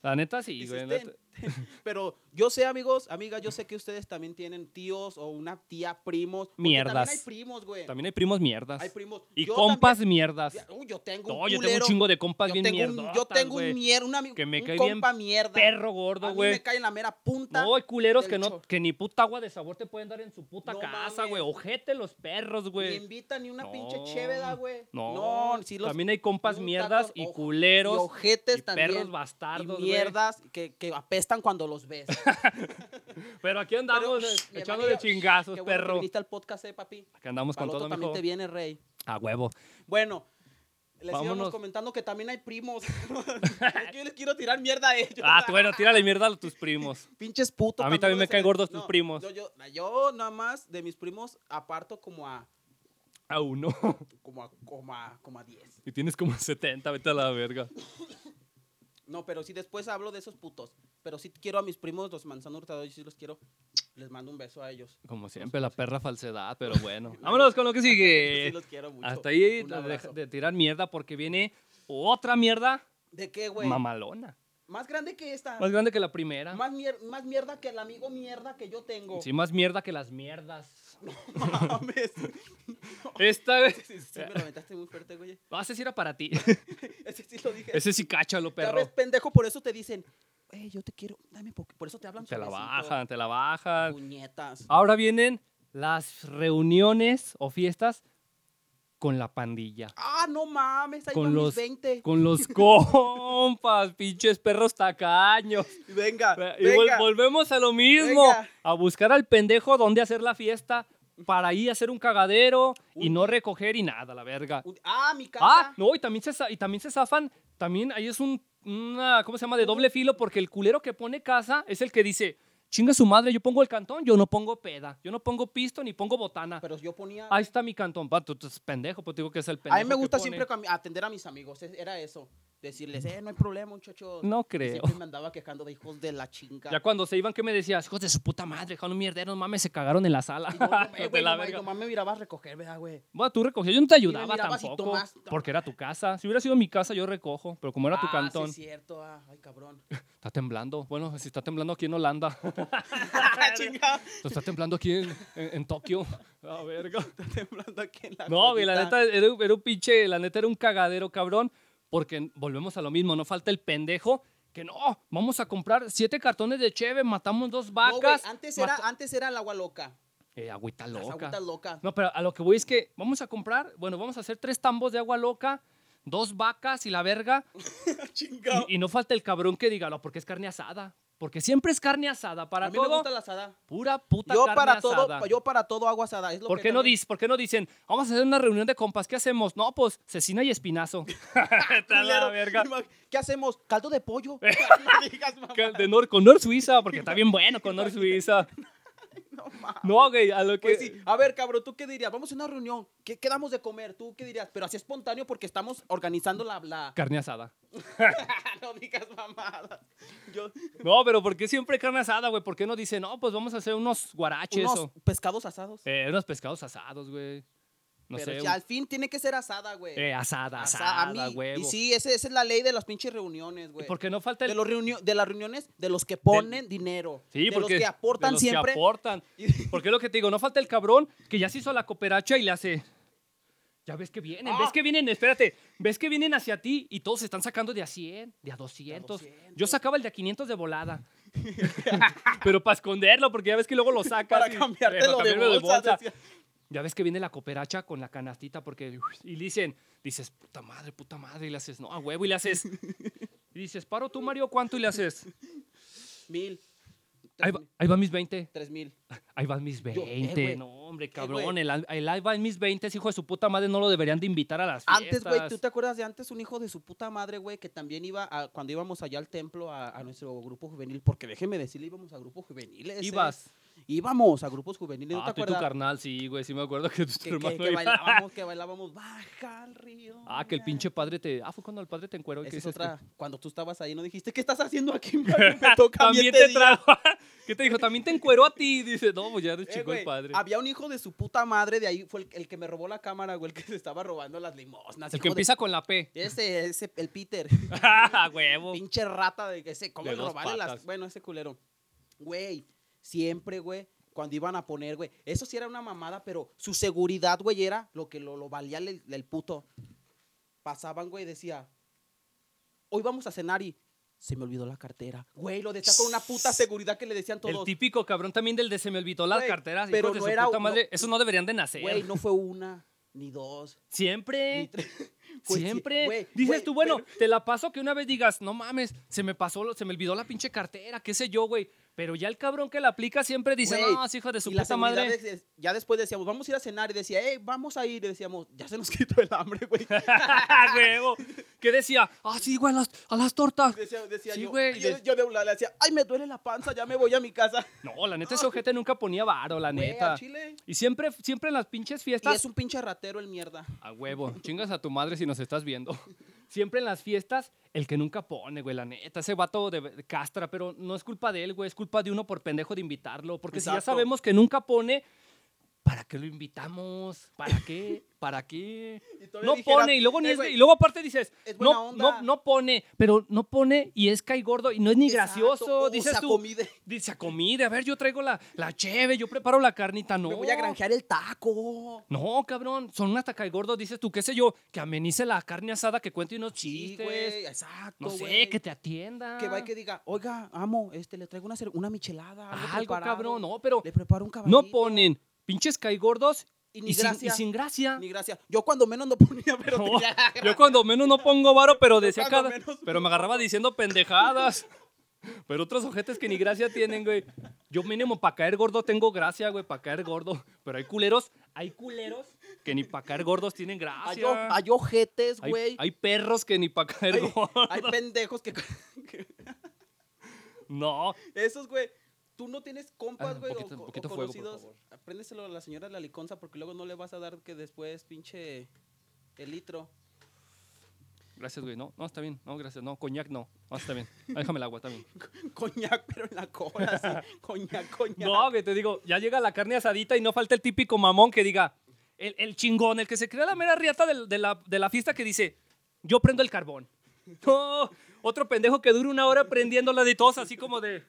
La neta sí,
Dices,
güey. la
"Ten".
neta-
Pero yo sé, amigos, amigas, yo sé que ustedes también tienen tíos o una tía, primos. porque
Mierdas.
También hay primos, güey.
También hay primos mierdas.
Hay primos.
Y
Yo
compas
también-
mierdas.
Ya, uy, yo tengo un
No, yo tengo un
culero.
chingo de compas
Yo
bien
tengo
mierdas.
un, yo tengo un mier- un amigo,
que me
un
cae bien
compa mierda.
perro
a
gordo,
mí
güey.
me cae en la mera punta.
No, hay culeros
del
que, no,
chor.
que ni puta agua de sabor te pueden dar en su puta
No
casa,
mames.
güey. Ojete los perros,
me
güey.
invitan ni una pinche
No,
chéveda, güey.
No,
no sí los
también hay compas
unos
mierdas
tacos,
y
ojo, y
culeros.
ojetes
y
también.
perros bastardos,
Y
güey.
mierdas que, que apestan cuando los ves.
Pero aquí
Pero,
andamos eh,
mi
echándole
hermanillo,
chingazos,
qué bueno que
perro.
viniste al podcast, eh, papi.
Aquí andamos con
Al otro
todo,
también
mijo.
te viene, rey.
A huevo.
Bueno, les
Vámonos.
íbamos comentando que también hay primos. Es que yo les quiero tirar mierda a ellos.
Ah, tú, bueno, tírale mierda a tus primos.
Pinches putos.
A mí también me
se
caen
ven-
gordos tus primos.
Yo, yo, yo nada más de mis primos aparto como a
A uno.
como a como a como a 10.
Y tienes como 70, vete a la verga.
No, pero sí después hablo de esos putos, pero sí quiero a mis primos los manzano hurtado y sí los quiero. Les mando un beso a ellos.
Como siempre, la perra falsedad, pero bueno. Vámonos con lo que sigue.
Sí los quiero mucho.
Hasta ahí
Un
nos deja
abrazo.
de tirar mierda porque viene otra mierda
¿De qué, güey?
mamalona.
Más grande que esta.
Más grande que la primera.
Más, mier- más mierda que el amigo mierda que yo tengo.
Sí, más mierda que las mierdas.
Mames.
Esta vez.
Sí, sí, me lo aventaste muy fuerte, güey.
No, ese sí era para ti.
Ese sí lo dije.
Ese sí cáchalo,
Ya ves,
perro.
pendejo, por eso te dicen, "Ey, yo te quiero, dame poco. Por eso te hablan
Te la
suavecito,
bajan, te la bajan.
Puñetas.
Ahora vienen las reuniones o fiestas con la pandilla.
Ah, no mames, ahí
Con
con
los-
los 20.
Con los compas, pinches perros tacaños.
Venga,
Y vol-
venga.
volvemos a lo mismo,
Venga.
a buscar al pendejo dónde hacer la fiesta para ir a hacer un cagadero y
Un-
no recoger y nada, la verga.
Un- Ah, mi casa.
Ah, no, y también se, za- y también se zafan, también ahí es un, una, ¿cómo se llama? De doble filo, porque el culero que pone casa es el que dice, chinga su madre, yo pongo el cantón, yo no pongo peda, yo no pongo pisto ni pongo botana.
Pero yo ponía.
Ahí está mi cantón, pa, tú, tú eres pendejo, pues te digo que es el pendejo.
a mí me
que
gusta
pone.
siempre cami- atender a mis amigos, es- era eso. decirles, eh, no hay problema, muchachos.
No
Y
creo.
Siempre me andaba quejando de hijos de la chinga.
Ya cuando se iban, ¿qué me decías? Hijos de su puta madre, hijos de mierderos, mames, se cagaron en la sala.
Y yo, no, eh,
Hijos
güey,
de la
nomás-
verga.
nomás me mirabas recoger, ¿verdad, güey?
Bueno, tú recogías, yo no te
me
ayudaba
mirabas y
tampoco.
tomás-
Porque era tu casa. Si hubiera sido mi casa, yo recojo. Pero como era tu
Ah,
cantón,
Sí, es cierto. ah, ay, cabrón.
está temblando. Bueno, si está temblando aquí en Holanda,
Chinga.
está temblando aquí en, en- en Tokio. La verga.
Está temblando aquí en la
No, güey, la
jodita.
neta era, un- era un pinche, la neta era un cagadero, cabrón, porque volvemos a lo mismo, no falta el pendejo que no, vamos a comprar siete cartones de cheve, matamos dos
No, güey,
vacas.
antes, era,
mata-
antes era el agua loca.
Eh, agüita
Las
loca.
agüitas locas.
No, pero a lo que voy es que vamos a comprar, bueno, vamos a hacer tres tambos de agua loca, dos vacas y la verga,
Chinga.
y, y no falta el cabrón que diga, no, porque es carne asada, porque siempre es carne asada, para
a mí me
todo,
gusta la asada.
pura puta
Yo
carne
para,
asada.
todo, yo para todo hago asada. Es lo
¿Por
que
qué, no
también-
dis, ¿Por qué no dicen, vamos a hacer una reunión de compas? ¿Qué hacemos? No, pues, cecina y espinazo. Está la
Culero.
verga.
¿Qué hacemos? ¿Caldo de pollo? no digas, mamá.
Que- De Nor, con Nor Suiza, porque está bien bueno con Nor Suiza.
No, ma.
No, güey, a lo que.
Pues sí. A ver, cabrón, ¿tú qué dirías? Vamos a una reunión. ¿Qué quedamos de comer? ¿Tú qué dirías? Pero así espontáneo porque estamos organizando la... la...
Carne asada.
no digas mamadas. Yo...
No, pero ¿por qué siempre carne asada, güey? ¿Por qué no dicen, no, pues vamos a hacer unos guaraches
Unos
o
pescados asados.
eh, unos pescados asados, güey? No
pero
sé.
si
un-
al fin tiene que ser asada, güey.
eh, asada,
Asa- a
asada,
mí-
güey.
Y sí, ese- esa es la ley de las pinches reuniones, güey.
Porque no falta el.
De, los reunio- de las reuniones de los que ponen dinero.
Sí,
de
porque.
los que aportan
de los que
siempre.
aportan. Porque es lo que te digo, no falta el cabrón que ya se hizo la cooperacha y le hace. Ya ves que vienen, ves
Ah.
que vienen, espérate, ves que vienen hacia ti y todos se están sacando de a 100, de a 200.
200.
Yo sacaba el de a 500 de volada. Pero para esconderlo, porque ya ves que luego lo sacas.
para
y- eh,
cambiártelo
para
de
cambiarlo
bolsa. decía.
Ya ves que viene la cooperacha con la canastita porque y dicen, dices, puta madre, puta madre, y le haces, no, a huevo, y le haces. Y dices, paro tú, Mario, ¿cuánto? Y le haces,
Mil.
ahí, va- ahí van mis 20.
Tres mil.
Ahí van mis
Yo, eh,
20.
güey.
no, hombre,
Eh,
cabrón.
güey.
el, el ahí van mis 20, hijo de su puta madre, no lo deberían de invitar a las
Antes, güey, ¿tú
fiestas.
te acuerdas de antes un hijo de su puta madre, güey, que también iba a- cuando íbamos allá al templo a, a nuestro grupo juvenil? Porque déjeme decirle, íbamos a grupos juveniles. eh.
Ibas.
Íbamos a grupos juveniles, ¿no
ah,
te
tú y tu
acuerdas?
carnal, sí, güey. Sí me acuerdo que tu
Que, que-
hermano
que
iba.
bailábamos, que bailábamos, baja al río.
Ah, que el
na".
pinche padre te... Ah, fue cuando el padre te encueró. y
Esa
que
es
dices que-
otra. Cuando tú estabas ahí, no dijiste, ¿qué estás haciendo aquí? Mario? Me toca a mí
También
este
te
día".
trajo. ¿Qué te dijo? También te encueró a ti. Dice, no, pues ya te
Eh,
chingó
güey,
el padre.
Había un hijo de su puta madre de ahí, fue el, el que me robó la cámara, güey, el que se estaba robando las limosnas.
el
hijo
que
de-
empieza con la P.
Ese, ese, el Peter.
Ah, huevo.
pinche rata de que ese, ¿cómo
De
le
dos
robarle
patas.
las. Bueno, ese culero. Güey, siempre, güey, cuando iban a poner, güey. Eso sí era una mamada, pero su seguridad, güey, era lo que lo, lo valía el, el puto. Pasaban, güey, decía, hoy vamos a cenar y. Se me olvidó la cartera. Güey, lo decía con una puta seguridad que le decían
El
todos.
típico cabrón también del de se me olvidó las
Güey,
carteras.
pero
hijos de
no
su
era-
puta madre.
no-
Esos no deberían de nacer.
Güey, no fue una, ni dos, ni
Siempre.
tres. Güey, sí,
Siempre.
güey,
Dices
güey,
tú, bueno,
pero-
te la paso que una vez digas, no mames, se me pasó, lo- se me olvidó la pinche cartera, qué sé yo, güey. Pero ya el cabrón que la aplica siempre dice,
Güey,
no, es hijo de su
y la
puta
seguridad
madre.
de- ya después decíamos, vamos a ir a cenar. Y decía, hey, vamos a ir. Y decíamos, ya se nos quitó el hambre, güey.
¡Ah, huevo! ¿Qué decía? Ah, sí, güey, a las, a las tortas.
Decía, decía
Sí,
yo,
güey,
yo,
de-
yo de un lado le decía, ay, me duele la panza, ya me voy a mi casa.
No, la neta, ese ojete nunca ponía varo, la
Ah, Güey,
neta.
al chile.
Y siempre, siempre en las pinches fiestas.
Y es un pinche ratero el mierda.
A huevo, chingas a tu madre si nos estás viendo. Siempre en las fiestas, el que nunca pone, güey, la neta, ese vato de, de castra, pero no es culpa de él, güey, es culpa de uno por pendejo de invitarlo, porque si ya
Exacto.
sabemos que nunca pone, ¿para qué lo invitamos? ¿Para qué? ¿Para qué?
Y todavía
No
dijeras,
pone y luego ni
"Eh,
es-
güey,
y luego aparte dices,
es buena
no,
onda".
no, no pone, pero no pone y es cae gordo y no es ni
exacto,
gracioso,
o
dices
sea,
tú.
comida.
Dice a comida, a ver, yo traigo la, la cheve, yo preparo la carnita, no.
Me voy a granjear el taco.
No, cabrón, son unas gordos, dices tú, qué sé yo, que amenice la carne asada, que cuente unos
Sí,
chistes.
güey, exacto,
no sé,
güey.
que te atienda.
Que vaya y que diga, oiga, amo, este, le traigo una, cer- una michelada. Algo,
Algo,
preparado,
cabrón, no, pero
Le preparo un
no
caballito.
ponen pinches caigordos
Y ni
y, sin- y
gracia.
sin gracia.
Ni gracias. Yo cuando menos no ponía, pero
No,
tenía gracia.
yo cuando menos no pongo varo, pero decía
cuando
cada...
menos
Pero me agarraba diciendo pendejadas. Pero otros ojetes que ni gracia tienen, güey. Yo mínimo para caer gordo tengo gracia, güey, para caer gordo. Pero hay culeros, hay culeros que ni para caer gordos tienen
Hay,
gracia.
o- hay ojetes,
Hay-
güey.
hay perros que ni para caer
Hay,
gordos.
hay pendejos que, que-
No,
Esos, güey. Tú no tienes compas,
Ah,
güey, o
poquito-
co- o,
poquito fuego, por
conocidos.
favor.
Apréndeselo a la señora de la liconza porque luego no le vas a dar que después pinche el litro.
Gracias, güey. No, no, está bien. No, gracias. No, coñac no. No, está bien. Ah, Déjame el agua, está bien.
Coñac, pero en la cola, así. Coñac, coñac.
No, güey, te digo, ya llega la carne asadita y no falta el típico mamón que diga, el, el chingón, el que se crea la mera riata del- de, la, de la fiesta que dice, yo prendo el carbón. No, otro pendejo que dura una hora prendiéndola de tos, así como de,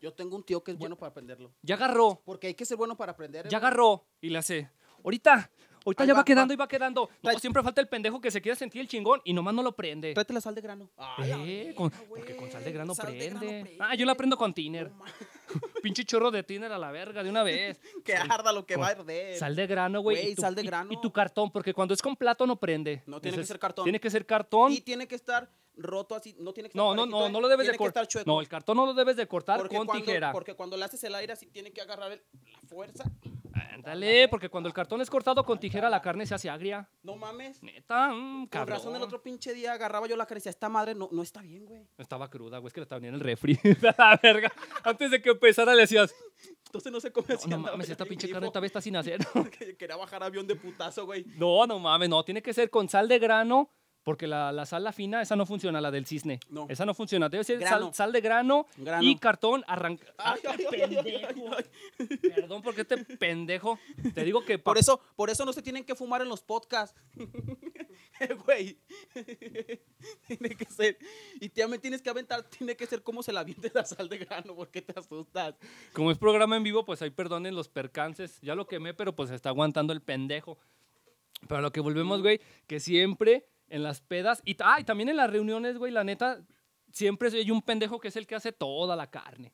Yo tengo un tío que es bueno para aprenderlo.
ya agarró,
Porque hay que ser bueno para aprender. ¿eh?
ya
güey.
agarró. Y le hace, ahorita, ahorita
Ahí
ya
va,
va, quedando
va.
y va quedando. No,
Tra-
siempre falta el pendejo que se quiere sentir el chingón y nomás no lo prende.
Tráete la sal de grano. Ah, la
Eh, con-
verga,
porque con
güey.
sal de grano
Sal de
prende.
grano
Ah, yo la prendo con tiner. Pinche chorro de tiner a la verga de una vez.
Que arda lo que va a arder.
Sal de grano, güey.
Güey,
y tu-
sal de
y-
grano.
Y, tu cartón, porque cuando es con plato no prende.
No, tiene que ser cartón.
Tiene que ser cartón.
Y tiene que estar roto así. No tiene que estar
No, no,
parejito,
no,
¿eh?
no lo debes de
Tiene que
cortar.
estar chueco.
No, el cartón no lo debes de cortar
porque
con
cuando,
tijera.
Porque cuando le haces el aire así, tiene que agarrar el- la fuerza. Ah,
Ándale, porque cuando el cartón es cortado con tijera, la carne se hace agria.
No mames.
Neta, mm,
Con
cabrón.
razón el otro pinche día agarraba yo la cara y decía, esta madre no, no está bien, güey.
Estaba cruda, güey, es que la tenía en el refri. la verga. Antes de que empezara le decías,
Entonces no se come así.
no, no
andaba
mames,
yo
esta
bien
pinche
vivo.
carne todavía está sin hacer.
Porque quería bajar avión de putazo, güey.
No, no mames, no. Tiene que ser con sal de grano, porque la, la sal la fina, esa no funciona, la del cisne.
No.
Esa no funciona. Debe ser
Grano.
sal, sal de grano,
Grano.
y cartón arranca.
Ay, ay, ay, ay, ay, ay.
Perdón, porque este pendejo. Te digo que. pa-
Por eso, por eso no se tienen que fumar en los podcasts. Eh, Güey. tiene que ser. Y también tienes que aventar, tiene que ser como se la aviente la sal de grano, porque te asustas.
Como es programa en vivo, pues ahí perdonen los percances. Ya lo quemé, pero pues está aguantando el pendejo. Pero a lo que volvemos, güey, que siempre en las pedas. Y, ta- ah, y también en las reuniones, güey, la neta, siempre hay un pendejo que es el que hace toda la carne.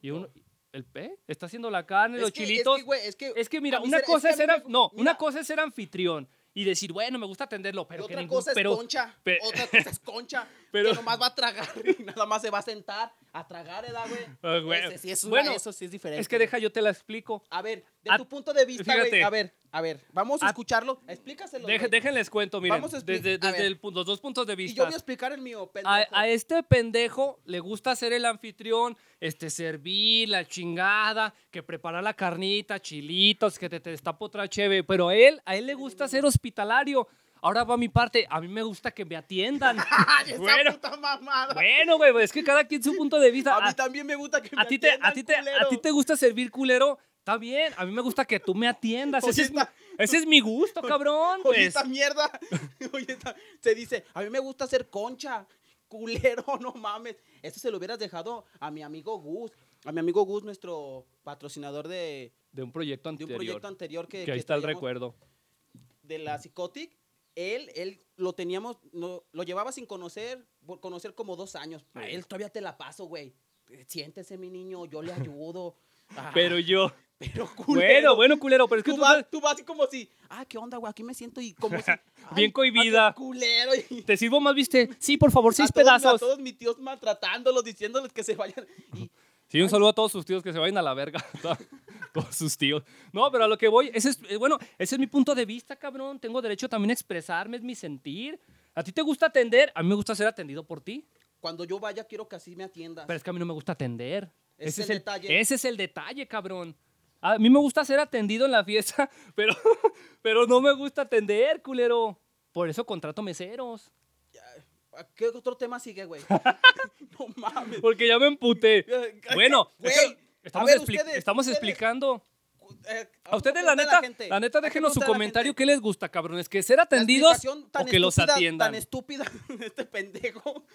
Y uno. ¿El pe? Está haciendo la carne,
Es
los
que-
chilitos.
Es que, güey, es que,
Es que
a
mira,
mí
una
se- es
cosa
que
es,
a mí
ser,
me-
no,
mira,
una cosa es ser anfitrión y decir, bueno, me gusta atenderlo,
y
pero que
otra
ningún-
cosa es
pero,
concha.
pero-
otra cosa es concha.
pero-
que nomás va a tragar y nada más se va a sentar a tragar, ¿eh, da, güey?
Ah, güey.
Ese sí es una-
Bueno,
eso sí es diferente.
es que deja yo te la explico.
A ver, de
A-
tu punto de vista, güey.
fíjate. Ah,
A ver, a ver, vamos a,
A-
escucharlo. Explícaselo.
Deje-
güey.
déjenles cuento, miren,
Vamos a expli-
desde,
a ver.
desde el pu- los dos puntos de
Y yo
vista.
voy a explicar el mío,
A,
pendejo.
a este pendejo le gusta ser el anfitrión, este, servir la chingada, que prepara la carnita, chilitos, que te, te destapa otra cheve, pero a él, a él le gusta ser hospitalario. Ahora va mi parte, a mí me gusta que me atiendan.
¡Ay, esa
Bueno.
puta mamada!
bueno, güey, es que cada quien su punto de vista.
a mí
Ah,
también me gusta que me
a ti te, a
atiendan,
ti te, a
culero.
ti te gusta servir culero, está bien. A mí me gusta que tú me atiendas.
Oye,
Ese es, mi-
esta-
ese es mi gusto, cabrón.
Oye,
Pues.
esta mierda. Oye, esta- Se dice, a mí me gusta hacer concha. Culero, no mames. Esto se lo hubieras dejado a mi amigo Gus. A mi amigo Gus, nuestro patrocinador de,
De un proyecto
de un
anterior.
proyecto anterior que,
que ahí
que
está el
traíamos
recuerdo.
De la Psicotic. Él, él lo teníamos, no, lo llevaba sin conocer, por conocer como dos años. A él todavía te la paso, güey. Siéntese, mi niño, yo le ayudo. Ah,
Pero yo.
pero culero.
Bueno, bueno, culero, pero es que
tú,
tú.
vas, tú vas así como si, ah, ¿qué onda, güey? Aquí me siento y como si.
Bien
ay,
cohibida.
ay, culero. Y,
Te sirvo más, viste. Sí, por favor, seis
a todos- A
pedazos.
todos mis tíos maltratándolos, diciéndoles que se vayan. Y
Sí, un saludo a todos sus tíos que se vayan a la verga. todos sus tíos. No, pero a lo que voy, ese es, eh, bueno, ese es mi punto de vista, cabrón. Tengo derecho también a expresarme, es mi sentir. A ti te gusta atender, a mí me gusta ser atendido por ti.
cuando yo vaya, quiero que así me atiendas.
Pero es que a mí no me gusta atender.
Ese es el detalle.
Ese es el detalle, cabrón. A mí me gusta ser atendido en la fiesta, pero, pero no me gusta atender, culero. Por eso contrato meseros.
Ah, ¿Qué otro tema sigue, güey? no mames.
Porque ya me emputé. Bueno,
Güey,
es que
a
estamos,
ver,
expli-
ustedes,
estamos
ustedes,
explicando.
eh,
A ustedes, la
preguntarle a
neta, la,
gente.
neta,
Hay que
déjenos su
preguntarle a la
comentario.
gente.
¿Qué les gusta, cabrón? ¿Es que ser
La
atendidos
explicación
o
tan
que los
estúpida-
atiendan?
Tan estúpida de este pendejo.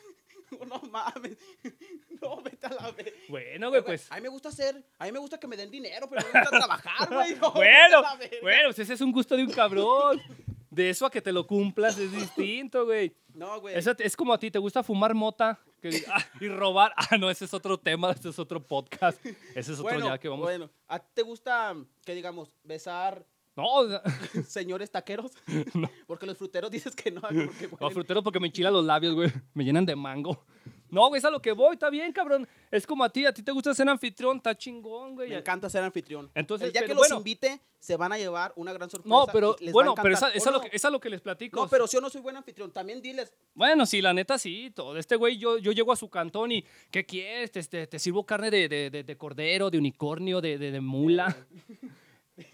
No mames. No, vete a la vez.
Bueno, güey,
Güey,
pues.
A mí me gusta hacer, a mí me gusta que me den dinero, pero no me gusta trabajar, güey. no,
Bueno,
vete a la verga.
bueno, pues ese es un gusto de un cabrón. De eso a que te lo cumplas es distinto, güey.
No, güey.
Esa- es como a ti, ¿te gusta fumar mota que diga, ah, y robar? Ah, no, ese es otro tema, ese es otro podcast. Ese es otro
bueno,
ya que vamos.
bueno, ¿a ti te gusta, que digamos, besar
No, o sea,
señores taqueros? Porque los fruteros dices que no, porque
no,
huelen.
frutero porque me enchila los labios, güey. Me llenan de mango. No, güey, es a lo que voy, está bien, cabrón. Es como a ti, a ti te gusta ser anfitrión, está chingón, güey.
me encanta ser anfitrión.
Entonces,
el día que
pero
los
bueno.
invite, se van a llevar una gran sorpresa.
No, pero
y les va a
bueno, pero esa,
encantar.
esa
¿O
lo
no?
que, esa lo que les platico.
No, pero si yo no soy buen anfitrión, también diles,
Bueno, sí, la neta sí, todo. Este güey, yo, yo llego a su cantón y, ¿qué este, quieres? Te, te- te sirvo carne de, de- de- de cordero, de unicornio, de, de- de mula.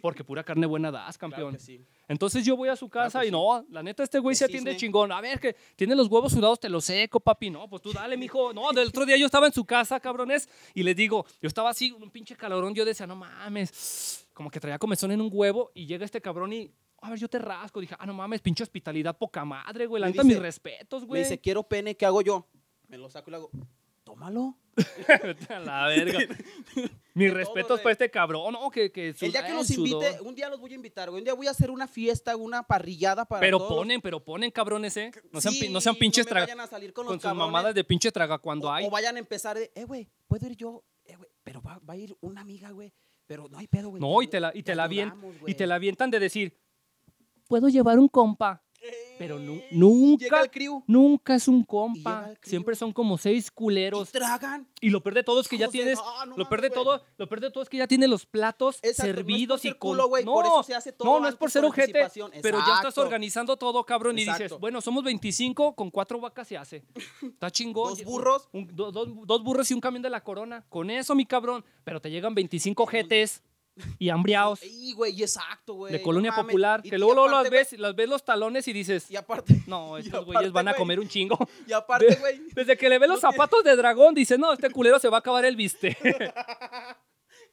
Porque pura carne buena das,
Claro
campeón.
que sí.
Entonces yo voy a su casa
Claro que
y no, la neta, este güey
Es
se atiende
cisne.
chingón. A ver, que tiene los huevos sudados, te los seco, papi. No, pues tú dale, mijo. No, del otro día yo estaba en su casa, cabrones, y les digo, yo estaba así, un pinche calorón. Yo decía, no mames, como que traía comezón en un huevo, y llega este cabrón y, a ver, yo te rasco. Dije, ah, no mames, pinche hospitalidad, poca madre, güey. La
Me
neta,
dice-
mis respetos,
Me
güey.
dice, quiero pene, ¿qué hago yo? Me lo saco y le hago, tómalo.
Vete a la verga. mis
todo,
respetos
güey.
para este cabrón, no, que, que
El día
suda-
que
el
los invite,
sudor.
un día los voy a invitar, güey. Un día voy a hacer una fiesta, una parrillada para
Pero
todos.
ponen, pero ponen, cabrones, ¿eh? No sean, pi-
Sí,
no sean pinches
no me
tra-
vayan a salir con,
con
los
sus
cabrones.
mamadas de pinche traga cuando
o,
hay.
o vayan a empezar de, eh, güey, puedo ir yo, eh, güey, pero va, va a ir una amiga, güey. Pero no hay pedo, güey. pues
No, y te la, y
Ya
te la,
nos
avien-
vamos,
y
güey.
te la avientan de decir, puedo llevar un compa, pero nu-
Eh, Llega
nunca,
el crew.
nunca es un
Y llega
compa.
el crew.
Siempre son como seis
Y
culeros.
tragan.
Y lo peor de todo es que ya
hijos de-
tienes,
ah,
lo
no mames,
peor de
güey.
todo, lo peor de todo es que ya tienes los platos
Exacto, no es por
servidos y
ser
con...
culo, güey, por eso se hace todo
no, no es
antes
por ser
por
ojete,
anticipación,
pero ya estás
exacto.
organizando todo, cabrón, y
Exacto.
dices, bueno, somos 25, con cuatro vacas se hace. Está chingón.
Dos burros.
Un- do- dos, dos burros y un camión de la corona. Con eso, mi cabrón. Pero te llegan 25 ojetes y hambriados
Y, güey, y exacto, güey.
de
no
Colonia
mames.
Popular,
Y-
que
y
luego, luego las
aparte,
ves, las ves los talones y dices,
güey, Y aparte.
no,
y
estos
aparte,
güeyes van a
güey,
comer un chingo.
Y aparte,
De-
güey.
Desde que le ve los
No tiene-
zapatos de dragón, dice, no, este culero se va a acabar el viste.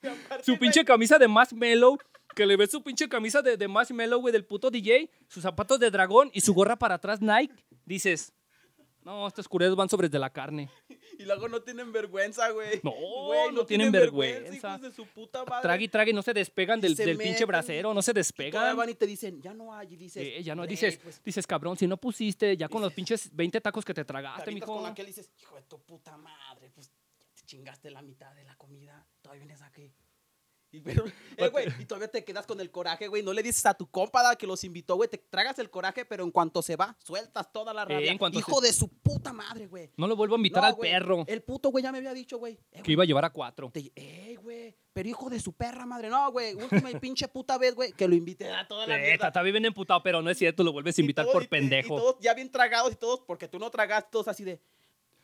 y aparte,
su
güey,
pinche camisa de Marshmallow, que le ve su pinche camisa de, de Marshmallow, güey, del puto DJ, sus zapatos de dragón y su gorra para atrás Nike, dices, no, estos culeros van sobre de la carne.
Y luego no tienen vergüenza, güey.
No,
Güey,
no tienen vergüenza.
Hijos de su puta madre.
Trague y trague, no se despegan
Y
del,
se
del pinche
meten,
brasero, no se
Y todavía
despegan.
van y te dicen, ya no hay. Y dices,
Eh, ya no,
"Güey,
dices,
pues,
dices, cabrón, si no pusiste, ya con los pinches 20 tacos que te
te
tragaste,
avientas
mijo.
con aquel y dices, hijo de tu puta madre, pues ya te chingaste la mitad de la comida, todavía vienes aquí. Y, pero, eh, güey, y todavía te quedas con el coraje, güey. No le dices a tu compa da, que los invitó, güey. Te tragas el coraje, pero en cuanto se va, sueltas toda la
Eh,
rabia.
en cuanto
Hijo de su puta madre, güey.
No lo vuelvo a invitar
No,
al
güey,
perro,
El puto, güey, ya me había dicho, güey. eh,
que iba a llevar a cuatro.
te- ey, güey, pero hijo de su perra madre. No, güey, última y pinche puta vez, güey, que lo invite a toda la
Eh,
mierda.
está, está bien emputado, pero no es cierto, lo vuelves a
Y
invitar
todos-
por
y-
pendejo.
Y todos ya bien tragados y todos, porque tú no tragaste, todos así de.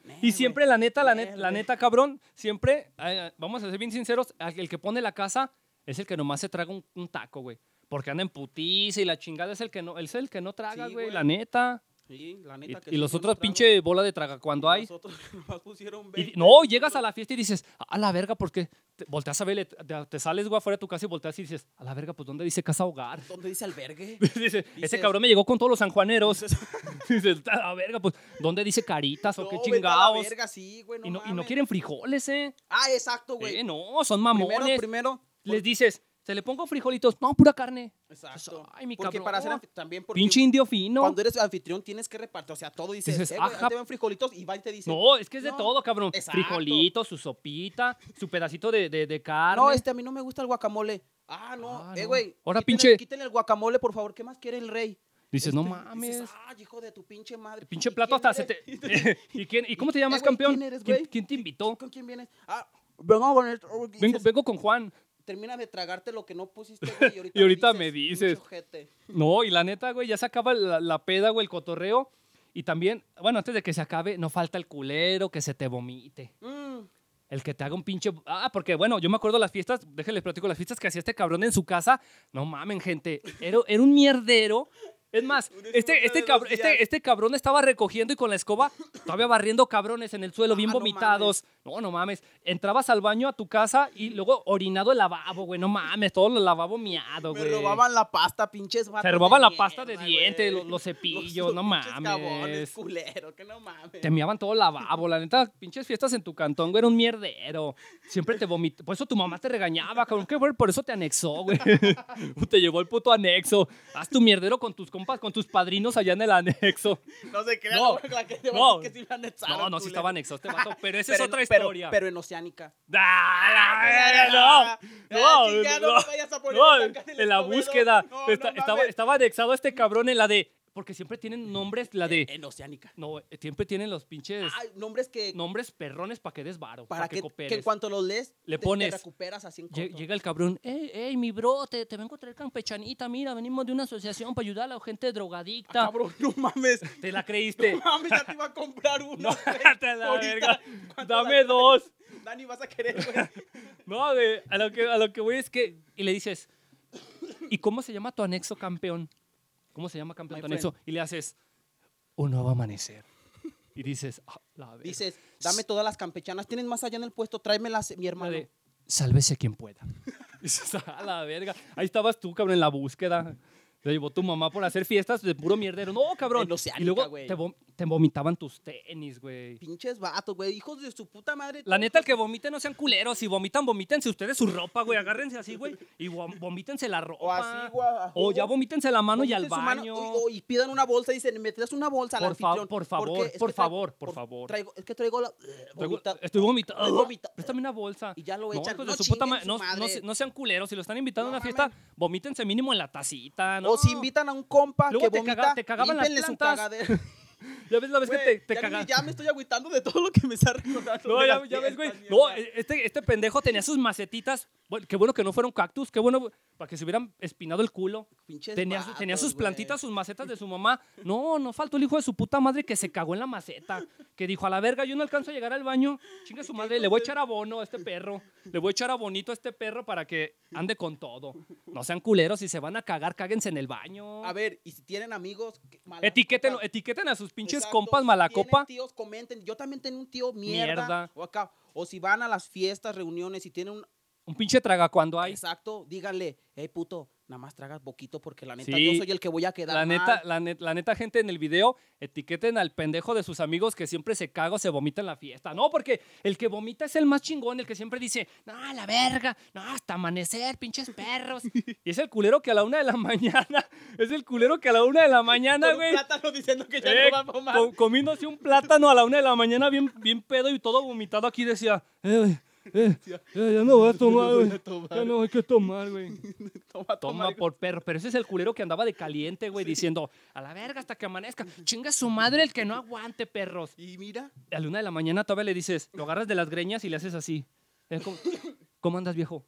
"Nee,
Y
güey".
siempre, la neta, la neta,
Verga.
la neta, cabrón, siempre, eh, vamos a ser bien sinceros, al- el que pone la casa es el que nomás se traga un, un taco, güey. Porque anda en putiza y la chingada es el que no, es el que no traga,
Sí,
güey,
güey.
la neta.
Sí, la
Y,
neta que
y
sí,
los
yo no
otros
trago.
pinche bola de traga cuando hay.
Nosotros nomás pusieron
Y-
20.
no, llegas a la fiesta y dices, a la verga, porque te, volteas a verle, te, te sales, güey, afuera de tu casa y volteas y dices, a la verga, pues ¿dónde dice casa hogar?
¿Dónde dice albergue?
Dice, ese
Dices-
cabrón me llegó con todos los sanjuaneros.
Dices-
Dices, a la verga, pues, ¿dónde dice caritas o qué
No, vete a la
chingados?
verga, sí, güey, no
Y no, y no
mames.
quieren frijoles, ¿eh?
Ah, exacto, güey.
Eh, no, son
primero,
mamones.
primero. por-
Les dices, se le pongo frijolitos. No, pura carne.
Exacto.
Ay, mi
porque
cabrón.
para hacer también porque
Pinche indio fino.
cuando eres anfitrión tienes que repartir, o sea, todo dices,
Dices,
eh, güey, ahí
ajá.
te van frijolitos y va y te dice,
No, es que es de
No,
todo, cabrón.
exacto.
Frijolitos, su sopita, su pedacito de, de, de carne.
No, este a mí no me gusta el guacamole. Ah, no,
Ah,
eh,
no.
güey.
Ahora,
quítenle-
pinche-
Quítenle el guacamole, por favor. ¿Qué más quiere el rey?
Dices, no
Este,
mames.
dices, ah, hijo de tu pinche madre.
Pinche
¿Y
plato
quién
hasta se te...
eres?
¿Y, quién, ¿Y cómo te llamas,
Eh, güey,
campeón?
¿quién eres, güey?
te invitó?
¿Con quién vienes? Ah, vengo con el. y
Vengo,
dices,
vengo con Juan.
Termina de tragarte lo que no pusiste, güey. Y ahorita,
Y ahorita
me
me
dices.
dices.
"Pinche ojete".
No, y la neta, güey, ya se acaba la, la peda, güey, el cotorreo. Y también, bueno, antes de que se acabe, no falta el culero que se te vomite.
Mm,
El que te haga un pinche. Ah, porque bueno, yo me acuerdo las fiestas, déjenles platico las fiestas que hacía este cabrón en su casa. No mamen, gente. Era, era un mierdero. Es más,
Un
este,
esposo
este,
de
cabrón,
dos días.
este, este cabrón estaba recogiendo y con la escoba todavía barriendo cabrones en el suelo, bien
Ah, no
vomitados. No, no mames. Entrabas al baño a tu casa y luego orinado el lavabo, güey. No mames, todo el lavabo miado,
me
güey.
robaban la pasta, pinches. vatos
Se
de
robaban la pasta de
mierda,
dientes,
güey.
los, los cepillos, no
pinches jabones,
mames.
culero, que no mames.
Te meaban todo el lavabo, la neta, pinches fiestas en tu cantón, güey, era un mierdero. Siempre te vomitaba. Por eso tu mamá te regañaba, cabrón, que güey, por eso te anexó, güey. te llegó el puto anexo. Haz tu mierdero con tus compas, con tus padrinos allá en el anexo.
No se crean,
No,
no, la que te va
no.
a decir que sí me anexaron,
No, no, sí
culero.
estaba anexo este vato, pero esa
Pero
es
en-
otra
pero-
historia.
Pero en Oceánica.
¡Ah, la verga, no!
Ah,
No,
chinga,
no,
no me vayas a poner
no,
esa cara del
en la
escobedo.
búsqueda.
No,
Está-
no
estaba,
mames.
estaba anexado este cabrón en la de. Porque siempre tienen nombres, la de.
En Oceánica.
No, siempre tienen los pinches
Ah, nombres que
nombres perrones para que des varo,
para que, que en
cooperes.
cuanto los lees
Le
te-
pones-
te recuperas así en
Lle-
corto.
Llega el cabrón, ey, ey, mi bro, te, te vengo a traer campechanita, mira, venimos de una asociación para ayudar a la gente drogadicta.
Ah, cabrón, no mames.
¿Te la creíste?
No mames, ya te iba a comprar uno.
No,
güey.
te la
Ahorita,
verga.
¿cuánto
Dame
la-
dos.
Dani, vas a querer, güey.
No, güey, a lo que, a lo que voy es que, y le dices, ¿Y cómo se llama tu anexo campeón? ¿Cómo se llama campeón
My
tu anexo? Y le haces, un nuevo amanecer. Y dices, "Ah, la verga".
Dices, dame todas las campechanas. Tienes más allá en el puesto, tráemelas, mi
La
hermano.
de, sálvese quien pueda. Dices, "Ah, la verga. Ahí estabas tú, cabrón, en la búsqueda. Te llevó tu mamá por hacer fiestas de puro mierdero. No, cabrón.
En Oceánica,
y luego
güey.
te, vom- te vomitaban tus tenis, güey.
Pinches vatos, güey. Hijos de su puta madre.
La neta, el que vomite no sean culeros. Si vomitan, vomítense ustedes su ropa, güey. Agárrense así, güey. Y vom- vomítense la ropa.
O así, güey.
O ya vomítense la mano y al
Pónganse su mano,
baño.
o- o- y pidan una bolsa y dicen, me traes una bolsa al
Por fa-
anfitrión.
por
porque
favor,
es que
por
traigo-
favor, por favor.
Traigo, es que traigo la... eh,
Traigo-
vomita-
Estoy vomitando.
Estoy vomitando.
Préstame una bolsa.
Y ya lo echan.
hijos
No
de su puta
chinguen
ma-
su
no, no
madre.
se- no sean culeros. Si lo están invitando a
No
una fiesta, vomítense mínimo en la tacita. Ah, ¿no?
O si invitan a un compa
Luego
que
te
vomita,
caga- te cagaban las
límpienle su
plantas.
cagadera.
Ya ves la vez que
Güey,
te, te
ya, ni-
cagas.
ya me estoy agüitando de todo lo que me está recordando.
No,
de
ya,
las
ya ves, güey.
fiestas,
No,
mierda.
este, este pendejo tenía sus macetitas. Bueno, qué bueno que no fueron cactus. Qué bueno para que se hubieran espinado el culo.
Pinches
Tenía, su- tenía
vatos,
sus plantitas,
güey.
sus macetas de su mamá. No, no faltó el hijo de su puta madre que se cagó en la maceta. Que dijo, a la verga, yo no alcanzo a llegar al baño. Chinga su madre, le voy a echar abono a este perro. Le voy a echar abonito a este perro para que ande con todo. No sean culeros, si se van a cagar, cáguense en el baño.
A ver, y si tienen amigos... que- malas
Etiqueten,
copas.
etiqueten a sus pinches
Exacto,
compas
si
mala
tienen
copa.
tíos, comenten. Yo también tengo un tío mierda.
Mierda.
O acá. O si van a las fiestas, reuniones y tienen un...
Un pinche traga cuando hay.
Exacto, díganle, hey puto, nada más tragas poquito porque la neta
Sí,
yo soy el que voy a quedar
La
mal".
neta, la, net- la neta, gente, en el video, etiqueten al pendejo de sus amigos que siempre se caga o se vomita en la fiesta. No, porque el que vomita es el más chingón, el que siempre dice, no, a la verga, no, hasta amanecer, pinches perros. y es el culero que a la una de la mañana, es el culero que a la una de la mañana,
Con un
güey.
plátano diciendo que ya
eh,
no va a fumar.
co- comiéndose un plátano a la una de la mañana, bien, bien pedo y todo vomitado aquí, decía, eh, güey, eh, eh, ya no voy a tomar, güey. Ya no hay que tomar, güey.
Toma,
Toma por perro. Pero ese es el culero que andaba de caliente, güey, diciendo, a la verga hasta que amanezca. Chinga su madre el que no aguante, perros.
Y mira,
A la una de la mañana todavía le dices, lo agarras de las greñas y le haces así. Eh, ¿Cómo, cómo andas, viejo?